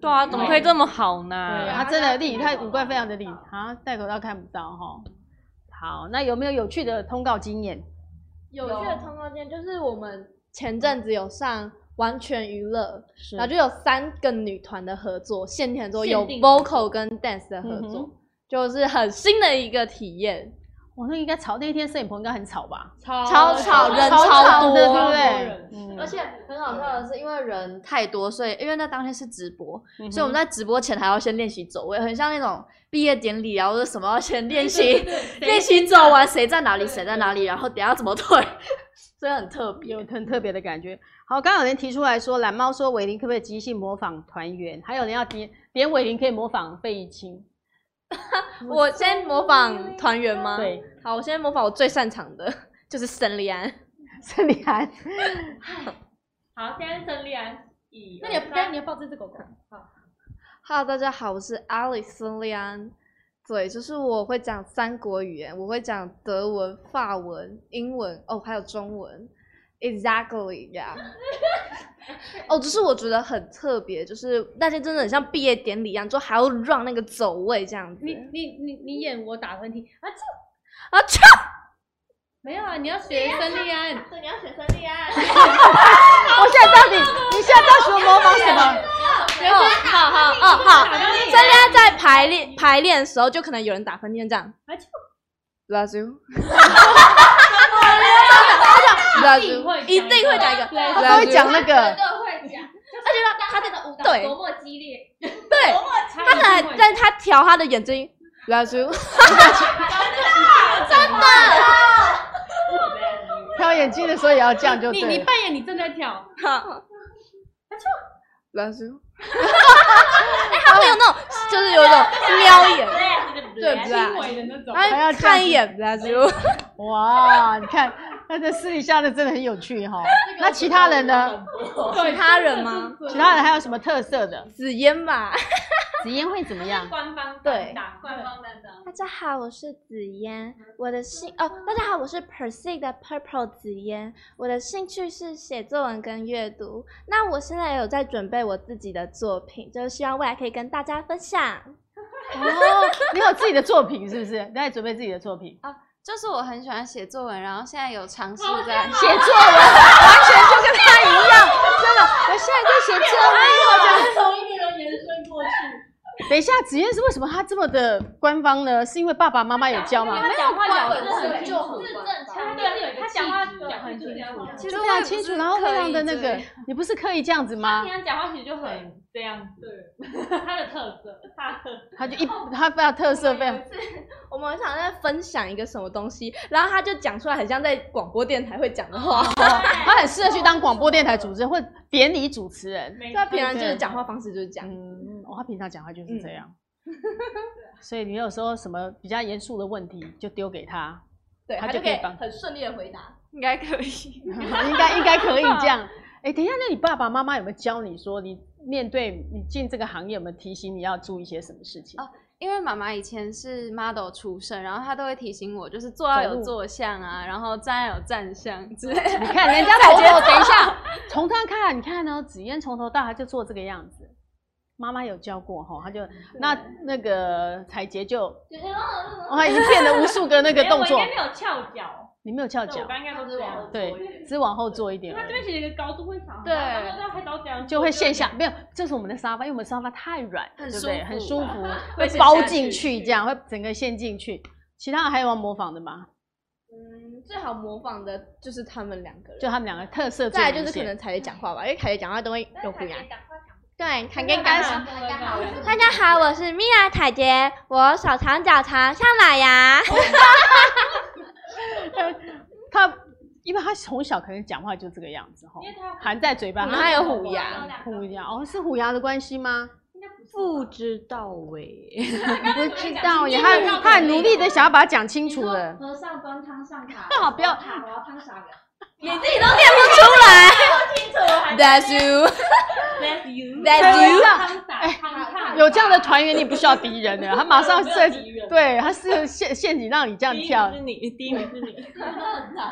Speaker 4: 对啊，怎么可以这么好呢
Speaker 1: 对，？
Speaker 3: 嗯
Speaker 1: 他真的立，他五官非常的立啊，戴口罩看不到哈。好，那有没有有趣的通告经验？
Speaker 3: 有趣的通告间就是我们前阵子有上完全娱乐，
Speaker 1: 是
Speaker 3: 然后就有三个女团的合作，现填作有
Speaker 4: 限定的
Speaker 3: vocal 跟 dance 的合
Speaker 1: 嗯
Speaker 3: 作，
Speaker 1: 哼
Speaker 3: 就是很新的一个体验，
Speaker 1: 我那应该吵，那一天摄影棚应该很吵吧？哦
Speaker 3: 超吵人
Speaker 1: 超
Speaker 3: 超
Speaker 1: 吵
Speaker 3: 多，
Speaker 1: 的，对嗯不对？
Speaker 13: 而且很好笑的是，因为人太多，所以因为那当天是直播，
Speaker 1: 嗯
Speaker 13: 所以我们在直播前还要先练习走位，很像那种毕业典礼啊或者什么要先练
Speaker 3: (laughs)
Speaker 13: 习练习走完谁在哪里谁在哪里，然后等下怎么
Speaker 3: (laughs)
Speaker 13: 退，所以很特别。
Speaker 1: 有很特别的感觉。好，刚刚有人提出来说，懒猫说伟林可不可以即兴模仿团员？还有人要点点伟林可以模仿费玉清，
Speaker 3: 我先模仿团员吗？，
Speaker 1: 对，
Speaker 3: 好，我先模仿我最擅长的，就是沈丽安。
Speaker 1: 是你还
Speaker 3: (laughs)
Speaker 4: 好，现在胜利安，那
Speaker 5: 那你要
Speaker 4: 不
Speaker 5: 但是你要抱这只狗狗。好，
Speaker 3: Hello，大家好，我是 Alice 孙丽安。对，就是我会讲三国语言，我会讲德文、法文、英文，哦，还有中文。Exactly, yeah 。哦，就是我觉得很特别，就是那些真的很像毕业典礼一样，就还要让那个走位这样子。
Speaker 5: 你你你你演我打喷嚏啊！这
Speaker 3: 啊，去！
Speaker 5: 没有啊，你要学孙丽安。
Speaker 14: 对，你要选胜利啊！
Speaker 1: 我现在到底，你现在到底要模仿什么？
Speaker 3: 哦，好好哦好。大家在排练排练的时候，就可能有人打喷嚏这样。Love you。Love you，一定会讲一个。
Speaker 1: 他都会讲那个，
Speaker 14: 他这个舞蹈
Speaker 3: 对
Speaker 14: 多么激烈，
Speaker 3: 对，他可能但他调他的眼睛，Love you。
Speaker 1: 挑眼睛的时候也要这样就
Speaker 5: 你
Speaker 1: 对
Speaker 5: 你
Speaker 1: 了。
Speaker 5: 扮演你正在跳，
Speaker 3: 好。Bless you。哎，他会有那种，就是有一种瞄眼，对不
Speaker 5: 轻
Speaker 3: 对？
Speaker 5: 微的那种。
Speaker 3: 然后看一眼，Bless you。
Speaker 1: 哇，你看，那这私底下的真的很有趣哈。那其他人呢？
Speaker 3: 其他人吗？
Speaker 1: 其他人还有什么特色的？
Speaker 3: 紫嫣吧。
Speaker 1: 紫嫣会怎么样？
Speaker 5: 官方
Speaker 3: 对
Speaker 5: 打官方担当。
Speaker 15: 大家好，我是紫嫣，我的兴哦，大家好，我是 Percy 的 Purple 紫嫣，我的兴趣是写作文跟阅读。那我现在有在准备我自己的作品，就是希望未来可以跟大家分享。
Speaker 1: 哦，你有自己的作品是不是？你在准备自己的作品，
Speaker 14: 哦就是我很喜欢写作文，然后现在有尝试在
Speaker 1: 写作文，完全就跟他一 (laughs) 样，真的。我现在在写作文。 (laughs)
Speaker 5: 从一个人延伸过去，
Speaker 1: 等一下，紫嫣是为什么她这么的官方呢？是因为爸爸妈妈有教吗？
Speaker 5: 他讲话讲的很
Speaker 14: 就很正
Speaker 5: 他
Speaker 14: 常。
Speaker 5: 对他讲话讲很清楚。
Speaker 1: 就非常清楚，然后非常的那个，你不是刻意这样子吗
Speaker 4: 平？常讲话其实就很这样子， (laughs) 他的特色，他的特色。
Speaker 1: 他就一他非常特色，非常
Speaker 3: 我们想在分享一个什么东西，然后他就讲出来，很像在广播电台会讲的话。
Speaker 1: 哦他很适合去当广播电台主持人或典礼主持人。
Speaker 3: 所以他平常就是
Speaker 1: 对
Speaker 3: 讲话方式就是这样。
Speaker 1: 嗯，哦，他平常讲话就是这
Speaker 16: 嗯 (laughs)
Speaker 1: 样。
Speaker 16: 啊
Speaker 1: 所以你有时候什么比较严肃的问题，就丢给他， (laughs)
Speaker 3: 对，
Speaker 1: 他
Speaker 3: 他
Speaker 1: 就可
Speaker 3: 就
Speaker 1: 以
Speaker 3: 可以
Speaker 1: 帮
Speaker 3: 很顺利的回答，应该可以。
Speaker 16: (laughs)
Speaker 1: 应该应该可以这样。哎，等一下，那你爸爸妈妈有没有教你说，你面对你进这个行业有没有提醒你要注意些什么事情？
Speaker 17: 哦 (laughs) 因为妈妈以前是 model 出身，然后她都会提醒我，就是坐要
Speaker 1: 走
Speaker 17: 有
Speaker 1: 路
Speaker 17: 坐相
Speaker 4: 嗯
Speaker 17: 啊，然后站要有站相之类的。
Speaker 4: (laughs)
Speaker 1: 你看人家头头，
Speaker 16: (laughs)
Speaker 1: 等一下，从他看，你看呢，紫嫣从头到他就做这个样子。妈妈有教过哈，他就那那个彩杰就，哦，他已经变了无数个那个
Speaker 16: 没有
Speaker 1: 动
Speaker 16: 我
Speaker 1: 作
Speaker 16: 应，该没有翘脚，
Speaker 1: 你没有翘
Speaker 16: 对
Speaker 1: 脚
Speaker 16: 我，刚应该都是这样。
Speaker 1: 对，只往后坐一点而
Speaker 16: 它
Speaker 1: 已
Speaker 16: 这。边其实有一个高度会
Speaker 4: 啊
Speaker 16: 长，
Speaker 17: 对
Speaker 16: 然后还早讲
Speaker 1: 就会陷下，没有，这是我们的沙发，因为我们沙发太软，对不对？
Speaker 17: 舒服
Speaker 1: 很舒服，
Speaker 17: 会
Speaker 1: 会
Speaker 17: 陷
Speaker 1: 包
Speaker 17: 下
Speaker 1: 进
Speaker 17: 去
Speaker 1: 去，这样会整个陷进去。其他的还有要模仿的吗？
Speaker 3: 嗯，最好模仿的就是他们两个人，
Speaker 1: 就他们两个特色最
Speaker 3: 再来
Speaker 1: 明显，
Speaker 3: 就是可能凯姐讲话吧，因为凯姐讲话都会有不一样。对，凯
Speaker 16: 跟
Speaker 3: 姐
Speaker 16: 刚刚
Speaker 3: 刚说。
Speaker 16: 大家好，
Speaker 3: 大家好，我是米娅凯姐，我手长脚长像奶牙。
Speaker 1: 他，因为他从小可能讲话就这个样子哈
Speaker 16: 因，为它
Speaker 1: 含在嘴巴，
Speaker 3: 嗯他有虎牙，
Speaker 1: 虎牙哦，是虎牙的关系吗？
Speaker 7: 不知道哎、
Speaker 17: 欸
Speaker 1: 不知道耶，
Speaker 5: 清
Speaker 1: 他
Speaker 5: 楚
Speaker 1: 他
Speaker 5: 要怎
Speaker 1: 很
Speaker 5: 么
Speaker 1: 努
Speaker 5: 样
Speaker 1: 力的想要把它讲清楚
Speaker 5: 了。
Speaker 1: 了。
Speaker 5: 和尚端汤上塔，
Speaker 1: (laughs) 好不要
Speaker 5: 塔，我要汤啥的？ (laughs)
Speaker 7: That's you,
Speaker 16: That's you，
Speaker 7: that's
Speaker 1: 有
Speaker 7: you。
Speaker 1: 这样
Speaker 5: 汤啥？汤烫
Speaker 1: 有这样的团员，你不需要敌人的，他马上
Speaker 16: 没有
Speaker 1: 设
Speaker 16: 敌人
Speaker 1: 对，他是陷陷阱让你 (laughs) 这样
Speaker 16: 第一
Speaker 1: 跳
Speaker 16: 名是。你，第一名是你，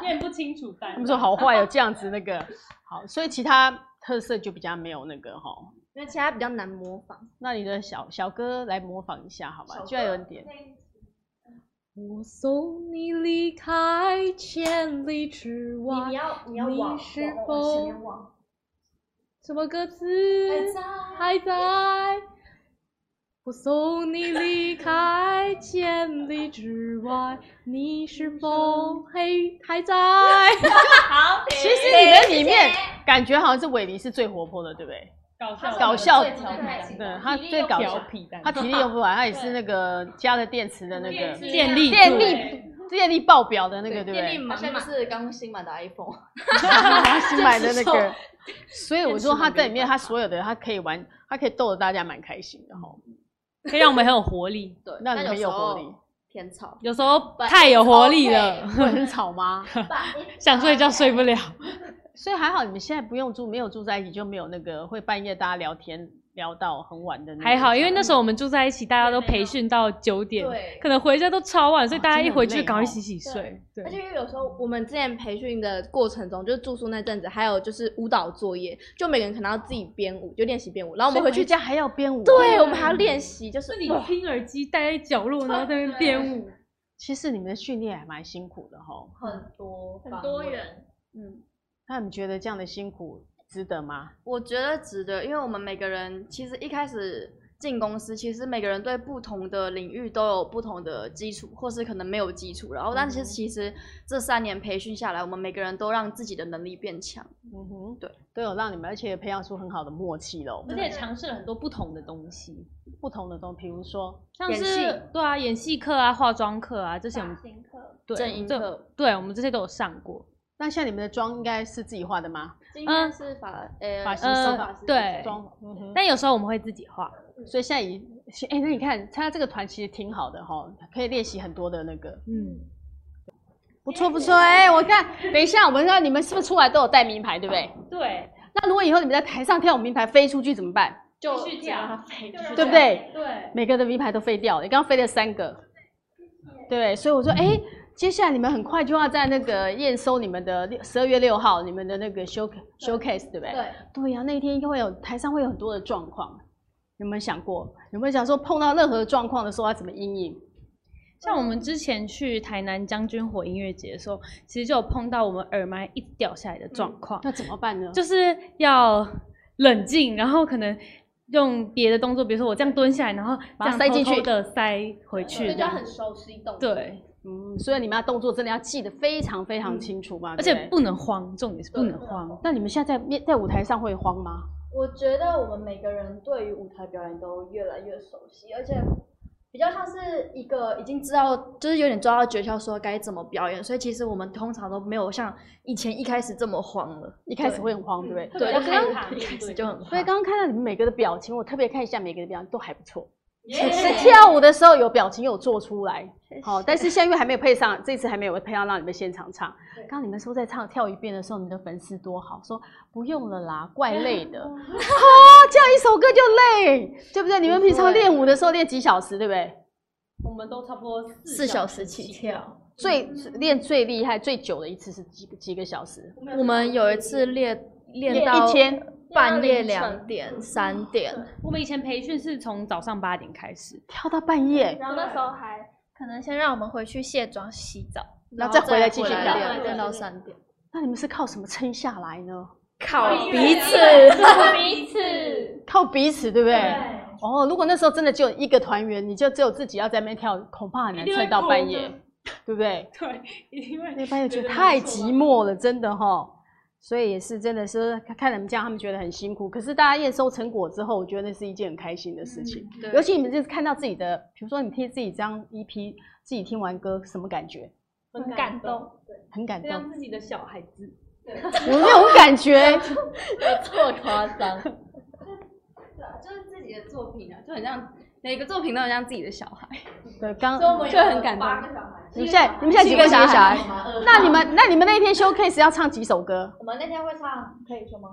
Speaker 16: 念不清楚但
Speaker 1: (laughs) 他们说好坏有哦这样子那个好，所以其他特色就比较没有那个哈。
Speaker 3: 因为其他比较难模仿，
Speaker 1: 那你的小小哥来模仿一下好吧？居然有人点，
Speaker 7: 我送你离开千里之
Speaker 5: 你
Speaker 7: 外
Speaker 5: 你。要你要
Speaker 7: 你
Speaker 5: 往
Speaker 7: 是
Speaker 5: 往往
Speaker 7: 否
Speaker 5: 前面往，
Speaker 7: 什么歌词？
Speaker 5: 在
Speaker 7: 还在。我送你离开千里之外，你是否还还在？
Speaker 1: 其实你们里面感觉好像是伟林是最活泼的，对不对？
Speaker 16: 搞笑
Speaker 1: 搞笑
Speaker 5: 最调皮的，
Speaker 1: 对，他最搞
Speaker 16: 调
Speaker 1: 笑，
Speaker 16: 皮的，
Speaker 1: 他体力又不完，他也是那个加了电池的那个
Speaker 16: 电力
Speaker 1: 电力电力爆表的那个，对不
Speaker 17: 电力
Speaker 1: 对？
Speaker 17: 满
Speaker 7: 现在
Speaker 17: 满，
Speaker 7: 是刚新买的 iPhone，
Speaker 1: 新买的那个，所以我说他在里面，他所有的他可以玩，他可以逗得大家蛮开心的哈。
Speaker 4: (laughs) 可以让我们很有活力。
Speaker 7: 对，
Speaker 1: 那你很有活力，
Speaker 7: 偏吵。
Speaker 4: 有时候 (laughs) 太有活力了，
Speaker 1: 会很吵吗？
Speaker 4: 想睡觉睡不
Speaker 7: (laughs)
Speaker 4: 了。
Speaker 1: 所以还好你们现在不用住，没有住在一起就没有那个会半夜大家聊天聊到很晚的那种。
Speaker 4: 还好，因为那时候我们住在一起，大家都培训到九点，可能回家都超晚，所以大家一回去就赶快洗洗
Speaker 7: 哦
Speaker 4: 睡。对
Speaker 3: 而且，因为有时候我们之前培训的过程中，就是住宿那阵子，还有就是舞蹈作业，就每个人可能要自己编舞，就练习编舞，然
Speaker 1: 我
Speaker 3: 后我们
Speaker 1: 们
Speaker 3: 回
Speaker 1: 回
Speaker 3: 去
Speaker 1: 去
Speaker 3: 家，
Speaker 1: 家还要编舞。
Speaker 3: 对我们还要练习，就是
Speaker 4: 自己听耳机待在角落，然后在那边编舞。
Speaker 1: 其实你们的训练还蛮辛苦的哈。
Speaker 5: 很多
Speaker 17: 很多
Speaker 5: 人，
Speaker 1: 那你觉得这样的辛苦值得吗？
Speaker 7: 我觉得值得，因为我们每个人其实一开始进公司，其实每个人对不同的领域都有不同的基础，或是可能没有基础。然后，但
Speaker 3: 嗯
Speaker 7: 是其实这三年培训下来，我们每个人都让自己的能力变强。
Speaker 1: 嗯哼，
Speaker 7: 对，
Speaker 1: 都有让你们，而且也培养出很好的默契喽。
Speaker 4: 而且尝试了很多不同的东西，
Speaker 1: 不同的东西，比如说，
Speaker 4: 像
Speaker 7: 演戏
Speaker 4: 是对啊，演戏课啊、化妆课啊这些，我们
Speaker 5: 型课，
Speaker 4: 对
Speaker 7: 正音
Speaker 4: 这
Speaker 7: 课
Speaker 4: 对我们这些都有上过。
Speaker 1: 那像你们的妆应该是自己化的吗？
Speaker 7: 今天是法呃
Speaker 1: 发型手
Speaker 4: 呃，对，
Speaker 1: 妆，嗯哼。
Speaker 4: 但有时候我们会自己画。嗯
Speaker 1: 所以现在已，哎、那你看参加这个团其实挺好的哈，可以练习很多的那个。
Speaker 4: 嗯，
Speaker 1: 不错不错，哎、我看，等一下，我们看你们是不是出来都有带名牌，对不对？
Speaker 16: 对，
Speaker 1: 那如果以后你们在台上跳舞，名牌飞出去怎么办？
Speaker 16: 就继续跳，
Speaker 1: 对不对？
Speaker 16: 对，
Speaker 1: 每个人的名牌都飞掉了，你刚刚飞了三个，对，所以
Speaker 4: 嗯
Speaker 1: 我说，哎、接下来你们很快就要在那个验收你们的十二月六号你们的那个 show showcase，对不对？
Speaker 3: 对
Speaker 1: 对呀、那一天应该会有台上会有很多的状况，有没有想过？有没有想说碰到任何状况的时候要怎么应应？
Speaker 4: 像我们之前去台南将军火音乐节的时候，其实就有碰到我们耳麦一直掉下来的状况，
Speaker 1: 那怎么办呢？
Speaker 4: 就是要冷静，然后可能用别的动作，比如说我这样蹲下来，然后这
Speaker 1: 把它
Speaker 4: 样
Speaker 1: 塞进去
Speaker 4: 的塞回去，这样
Speaker 3: 熟悉动
Speaker 4: 对，
Speaker 1: 嗯，所以你们要动作真的要记得非常非常清楚嘛，
Speaker 4: 嗯而
Speaker 1: 对
Speaker 4: 且
Speaker 1: 不对
Speaker 4: 不能慌，重点是不能慌。
Speaker 1: 那你们现在在面在舞台上会慌吗？
Speaker 3: 我觉得我们每个人对于舞台表演都越来越熟悉，而且比较像是一个已经知道，就是有点抓到诀窍，说该怎么表演。所以其实我们通常都没有像以前一开始这么慌了，
Speaker 1: 一开始会很慌，对不嗯对？
Speaker 16: 对，
Speaker 3: 对
Speaker 16: 我刚刚
Speaker 3: 一开始就很
Speaker 1: 所以
Speaker 3: 慌。
Speaker 1: 刚刚看到你们每个的表情，我特别看一下每个的表情都还不错，在跳舞的时候有表情有做出来，好，但是现在因为还没有配上，这次还没有配上让你们现场唱。刚刚你们说在唱跳一遍的时候，你的粉丝多好，说不用了啦，怪累 (laughs) 的。啊，这样一首歌就累，对不对？你们平常练舞的时候练几小时，对不对？
Speaker 18: 我们都差不多
Speaker 3: 四小时起跳。
Speaker 1: 最练最厉害、最久的一次是几几个小时？
Speaker 19: 我们有一次练练
Speaker 1: 练
Speaker 19: 到
Speaker 1: 一天。
Speaker 19: 半夜两点、三点，
Speaker 4: 我们以前培训是从早上八点开始，
Speaker 1: 跳到半夜，
Speaker 5: 然后那时候还可能先让我们回去卸妆、洗澡，
Speaker 1: 然后再回来继续
Speaker 19: 然后再回
Speaker 1: 跳。
Speaker 19: 来练练到三点。
Speaker 1: 那你们是靠什么撑下来呢？
Speaker 19: 靠
Speaker 5: 彼
Speaker 19: 彼
Speaker 5: 此
Speaker 19: 此，
Speaker 5: 彼 (laughs) 此，
Speaker 1: 靠彼此，对不对？
Speaker 5: 对，
Speaker 1: 哦，如果那时候真的只有一个团员，你就只有自己要在那边跳，恐怕很难撑到半夜，对不对？
Speaker 18: (laughs) 对，因为
Speaker 1: 那半夜觉得太寂寞了，真的哈。所以也是真的是看你们这样，他们觉得很辛苦。可是大家验收成果之后，我觉得那是一件很开心的事
Speaker 18: 嗯
Speaker 1: 情。
Speaker 20: 对
Speaker 1: 尤其你们就是看到自己的，比如说你听自己这张 EP，自己听完歌什么感觉？
Speaker 18: 很感动，
Speaker 1: 很感动，
Speaker 18: 让自己的小孩子
Speaker 1: 有没有感觉？
Speaker 3: 错夸张，
Speaker 20: 对啊就是自己的作品啊，就很像每个作品都很像自己的小孩，
Speaker 1: 对，刚
Speaker 20: 就很感动。
Speaker 1: 你们现在你们现在几个几个小孩？那你们那你们那一天 showcase 要唱几首歌？
Speaker 5: 我们那天会唱，可以说吗？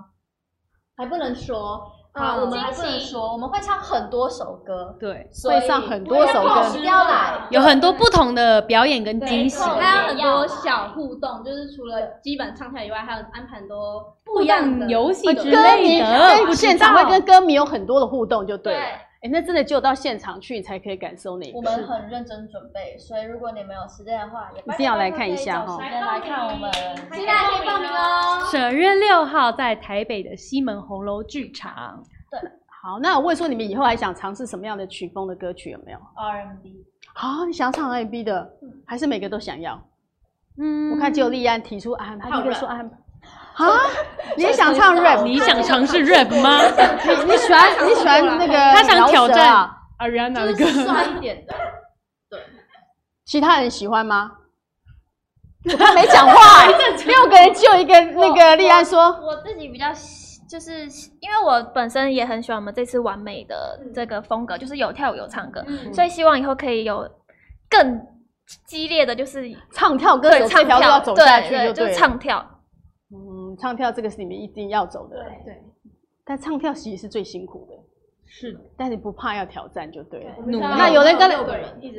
Speaker 3: 还不能说
Speaker 5: 啊，
Speaker 3: 啊，
Speaker 5: 我
Speaker 3: 我
Speaker 5: 们
Speaker 3: 们
Speaker 5: 还
Speaker 3: 还
Speaker 5: 不
Speaker 3: 不
Speaker 5: 能
Speaker 3: 能
Speaker 5: 说
Speaker 3: 说，我们会唱很多首歌，
Speaker 4: 对，
Speaker 1: 会上很多首
Speaker 5: 不要
Speaker 1: 歌
Speaker 5: 一。定要来，
Speaker 4: 有很多不同的表演跟惊喜。
Speaker 5: 对
Speaker 3: 还有很多小互动，就是除了基本唱跳以外，还有安排很多不
Speaker 4: 不
Speaker 3: 一样的
Speaker 4: 样游戏之
Speaker 1: 歌迷
Speaker 4: 类的，
Speaker 1: 跟现场会跟歌迷有很多的互动，就对了。
Speaker 5: 对
Speaker 1: 哎、那真的只有到现场去，你才可以感受那
Speaker 5: 我
Speaker 1: 个。
Speaker 5: 们很认真准备，所以如果你们有时间的话，也
Speaker 1: 一定要来看一下哦
Speaker 5: 哦。时间来看我们，
Speaker 7: 期待可以报名哦。
Speaker 4: 十二月六号在台北的西门红楼剧场，
Speaker 1: 好，那我问说，你们以后还想尝试什么样的曲风的歌曲有没有？
Speaker 5: R&B
Speaker 1: 好、你想唱 R&B 的，还是每个都想要？
Speaker 4: 嗯
Speaker 1: 我看只有立安提出啊，他
Speaker 20: 唱
Speaker 1: 一个
Speaker 20: rap
Speaker 1: 说啊，啊，
Speaker 4: (laughs)
Speaker 1: 你也想唱 rap？
Speaker 4: 你想尝试 rap 吗
Speaker 1: 你你喜欢你喜欢那个
Speaker 4: 他想
Speaker 1: 饶舌
Speaker 4: 挑战
Speaker 1: 啊？
Speaker 4: ？Ariana 的
Speaker 3: 就是
Speaker 4: 歌，
Speaker 3: 帅一点的，
Speaker 1: 其他人喜欢吗？他没讲话、六个人只有一个那个立安说，
Speaker 7: 我自己比较喜就是喜因为我本身也很喜欢我们这次完美的这个风格，就是有跳舞有唱歌，所以希望以后可以有更激烈的，就是
Speaker 1: 唱跳歌手这
Speaker 7: 对唱
Speaker 1: 条路要
Speaker 7: 跳，
Speaker 1: 走下去
Speaker 7: 对，
Speaker 1: 就
Speaker 7: 就
Speaker 1: 对
Speaker 7: 是
Speaker 1: 了。
Speaker 7: 唱跳，
Speaker 1: 嗯，唱跳这个是你们一定要走的，对。但唱跳其实是最辛苦的，
Speaker 4: 是的
Speaker 1: 但你不怕要挑战就对了。
Speaker 4: 努力。
Speaker 1: 那有人跟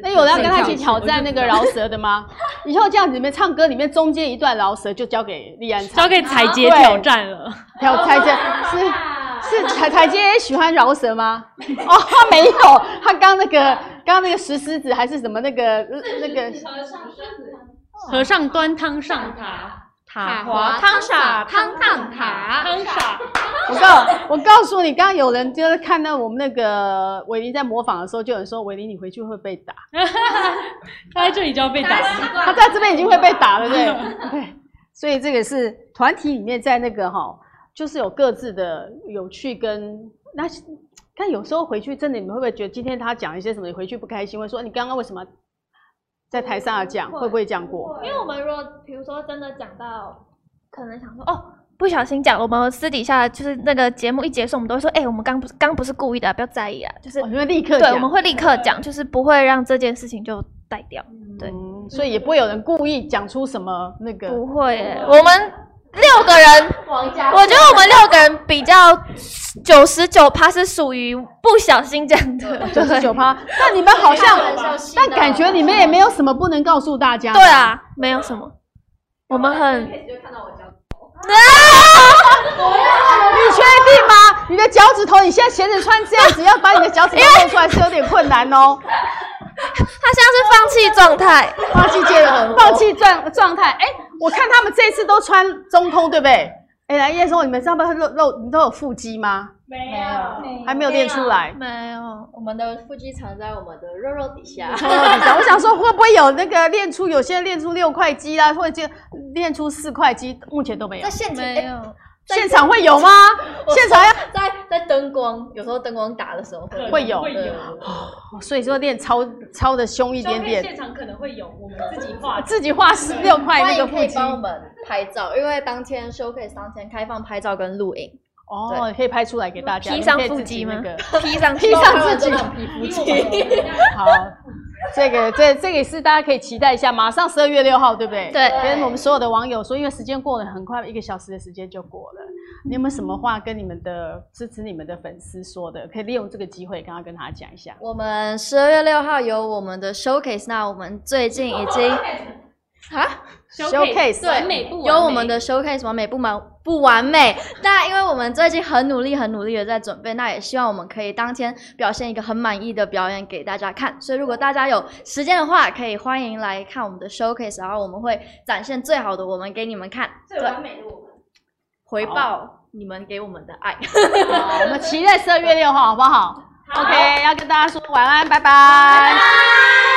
Speaker 1: 那有人要跟他一
Speaker 4: 睡
Speaker 1: 起挑
Speaker 4: 觉去
Speaker 1: 战
Speaker 4: 我
Speaker 1: 那
Speaker 4: 就
Speaker 1: 个
Speaker 4: 知
Speaker 1: 饶舌的吗？以后这样子，你们唱歌里面中间一段饶舌就交给立安唱，
Speaker 4: (laughs) 交给彩杰
Speaker 1: 对
Speaker 4: (laughs) 挑战了，
Speaker 1: 挑台阶是是彩彩姐也喜欢饶舌吗？哦，他没有，他刚那个刚那个石狮子还是什么那个那个
Speaker 4: 和尚端汤上塔，塔滑
Speaker 3: 汤洒
Speaker 4: 汤上塔，汤洒
Speaker 1: (laughs) 我告我告诉你，刚刚有人就是看到我们那个伟林在模仿的时候，就有人说伟林你回去会被打，
Speaker 4: (laughs) 他在这里就要
Speaker 1: (laughs)
Speaker 4: 被打，
Speaker 1: 他在这边已经会被打
Speaker 7: (laughs)
Speaker 1: 了，对对，所以这个是团体里面在那个哈，就是有各自的有趣跟那。但有时候回去真的，你们会不会觉得今天他讲一些什么，你回去不开心，会说你刚刚为什么在台上要讲，会不会这样过？
Speaker 5: 因为我们如果比如说真的讲到，可能想说
Speaker 7: 哦。不小心讲了，我们私底下就是那个节目一结束，我们都会说，哎、我们刚不是刚不是故意的啊、不要在意啊，就是
Speaker 1: 我觉得立刻
Speaker 7: 对，
Speaker 1: 讲，
Speaker 7: 我们会立刻讲，就是不会让这件事情就带掉，对
Speaker 1: 嗯，所以也不会有人故意讲出什么那个。
Speaker 7: 不会耶、我们六个人，
Speaker 5: 王家
Speaker 7: 我觉得我们六个人比较九十九趴是属于不小心讲的，
Speaker 1: (laughs) 九十九趴，那你们好像，但感觉你们也没有什么不能告诉大家。
Speaker 7: 对，啊，没有什么，我们很
Speaker 1: 你确定吗？你的脚趾头，你现在鞋子穿这样子，要把你的脚趾头露出来是有点困难哦。
Speaker 7: 他现在是放弃状态，
Speaker 1: (laughs) 放弃戒了，放弃状状态。哎，我看他们这次都穿中空，对不对？哎，来叶松，你们上半身露露，你都有腹肌吗？
Speaker 5: 没有，
Speaker 1: 还没有练出来。
Speaker 7: 没有，
Speaker 3: 我们的腹肌藏在我们的肉肉底下。
Speaker 1: 我想说，会不会有那个练出有些人练出六块肌啦，或者就练出四块肌，目前都没有
Speaker 3: 在。现场，
Speaker 7: 没
Speaker 3: 哎
Speaker 7: 有，
Speaker 1: 现场会有吗？现场要
Speaker 3: 在在灯光，有时候灯光打的时候
Speaker 1: 会有
Speaker 18: 会有，
Speaker 1: 哦所以说练超超的凶一
Speaker 18: 一
Speaker 1: 点点，
Speaker 18: 现场可能会有我们自己画的，
Speaker 1: 自己画十六块
Speaker 3: 欢
Speaker 1: 那
Speaker 3: 迎
Speaker 1: 个
Speaker 3: 可
Speaker 1: 腹
Speaker 3: 以
Speaker 1: 肌
Speaker 3: 帮我们拍照，因为当天 showcase 当天开放拍照跟录影，
Speaker 1: 哦，可以拍出来给大家。
Speaker 4: 披
Speaker 1: 你
Speaker 4: 上
Speaker 1: 可以
Speaker 4: 腹
Speaker 1: 自己
Speaker 4: 肌
Speaker 1: 那
Speaker 4: 吗
Speaker 1: 个
Speaker 4: 披上
Speaker 1: 披
Speaker 4: 去
Speaker 1: 上
Speaker 4: 拍完
Speaker 1: 自己
Speaker 4: 之
Speaker 1: 的皮肤肌。好，这个这这个也是大家可以期待一下，马上十二月六号，对不对？
Speaker 4: 对
Speaker 1: 跟我们所有的网友说，因为时间过得很快，一个小时的时间就过了。你有没有什么话跟你们的支持你们的粉丝说的？可以利用这个机会，刚刚跟他讲一下。
Speaker 3: 我们十二月六号有我们的 showcase，那我们最近已
Speaker 1: (laughs)
Speaker 3: 经啊
Speaker 1: Showcase，
Speaker 3: 对
Speaker 21: 完美不完美
Speaker 3: 有我们的 showcase 完美不完不完美， (laughs) 那因为我们最近很努力很努力的在准备，那也希望我们可以当天表现一个很满意的表演给大家看。所以如果大家有时间的话，可以欢迎来看我们的 showcase，然后我们会展现最好的我们给你们看，最完美的我们回报你们给我们的爱。
Speaker 1: 好，我们期待十二月六号，好不好 o k 要跟大家说晚安，拜拜。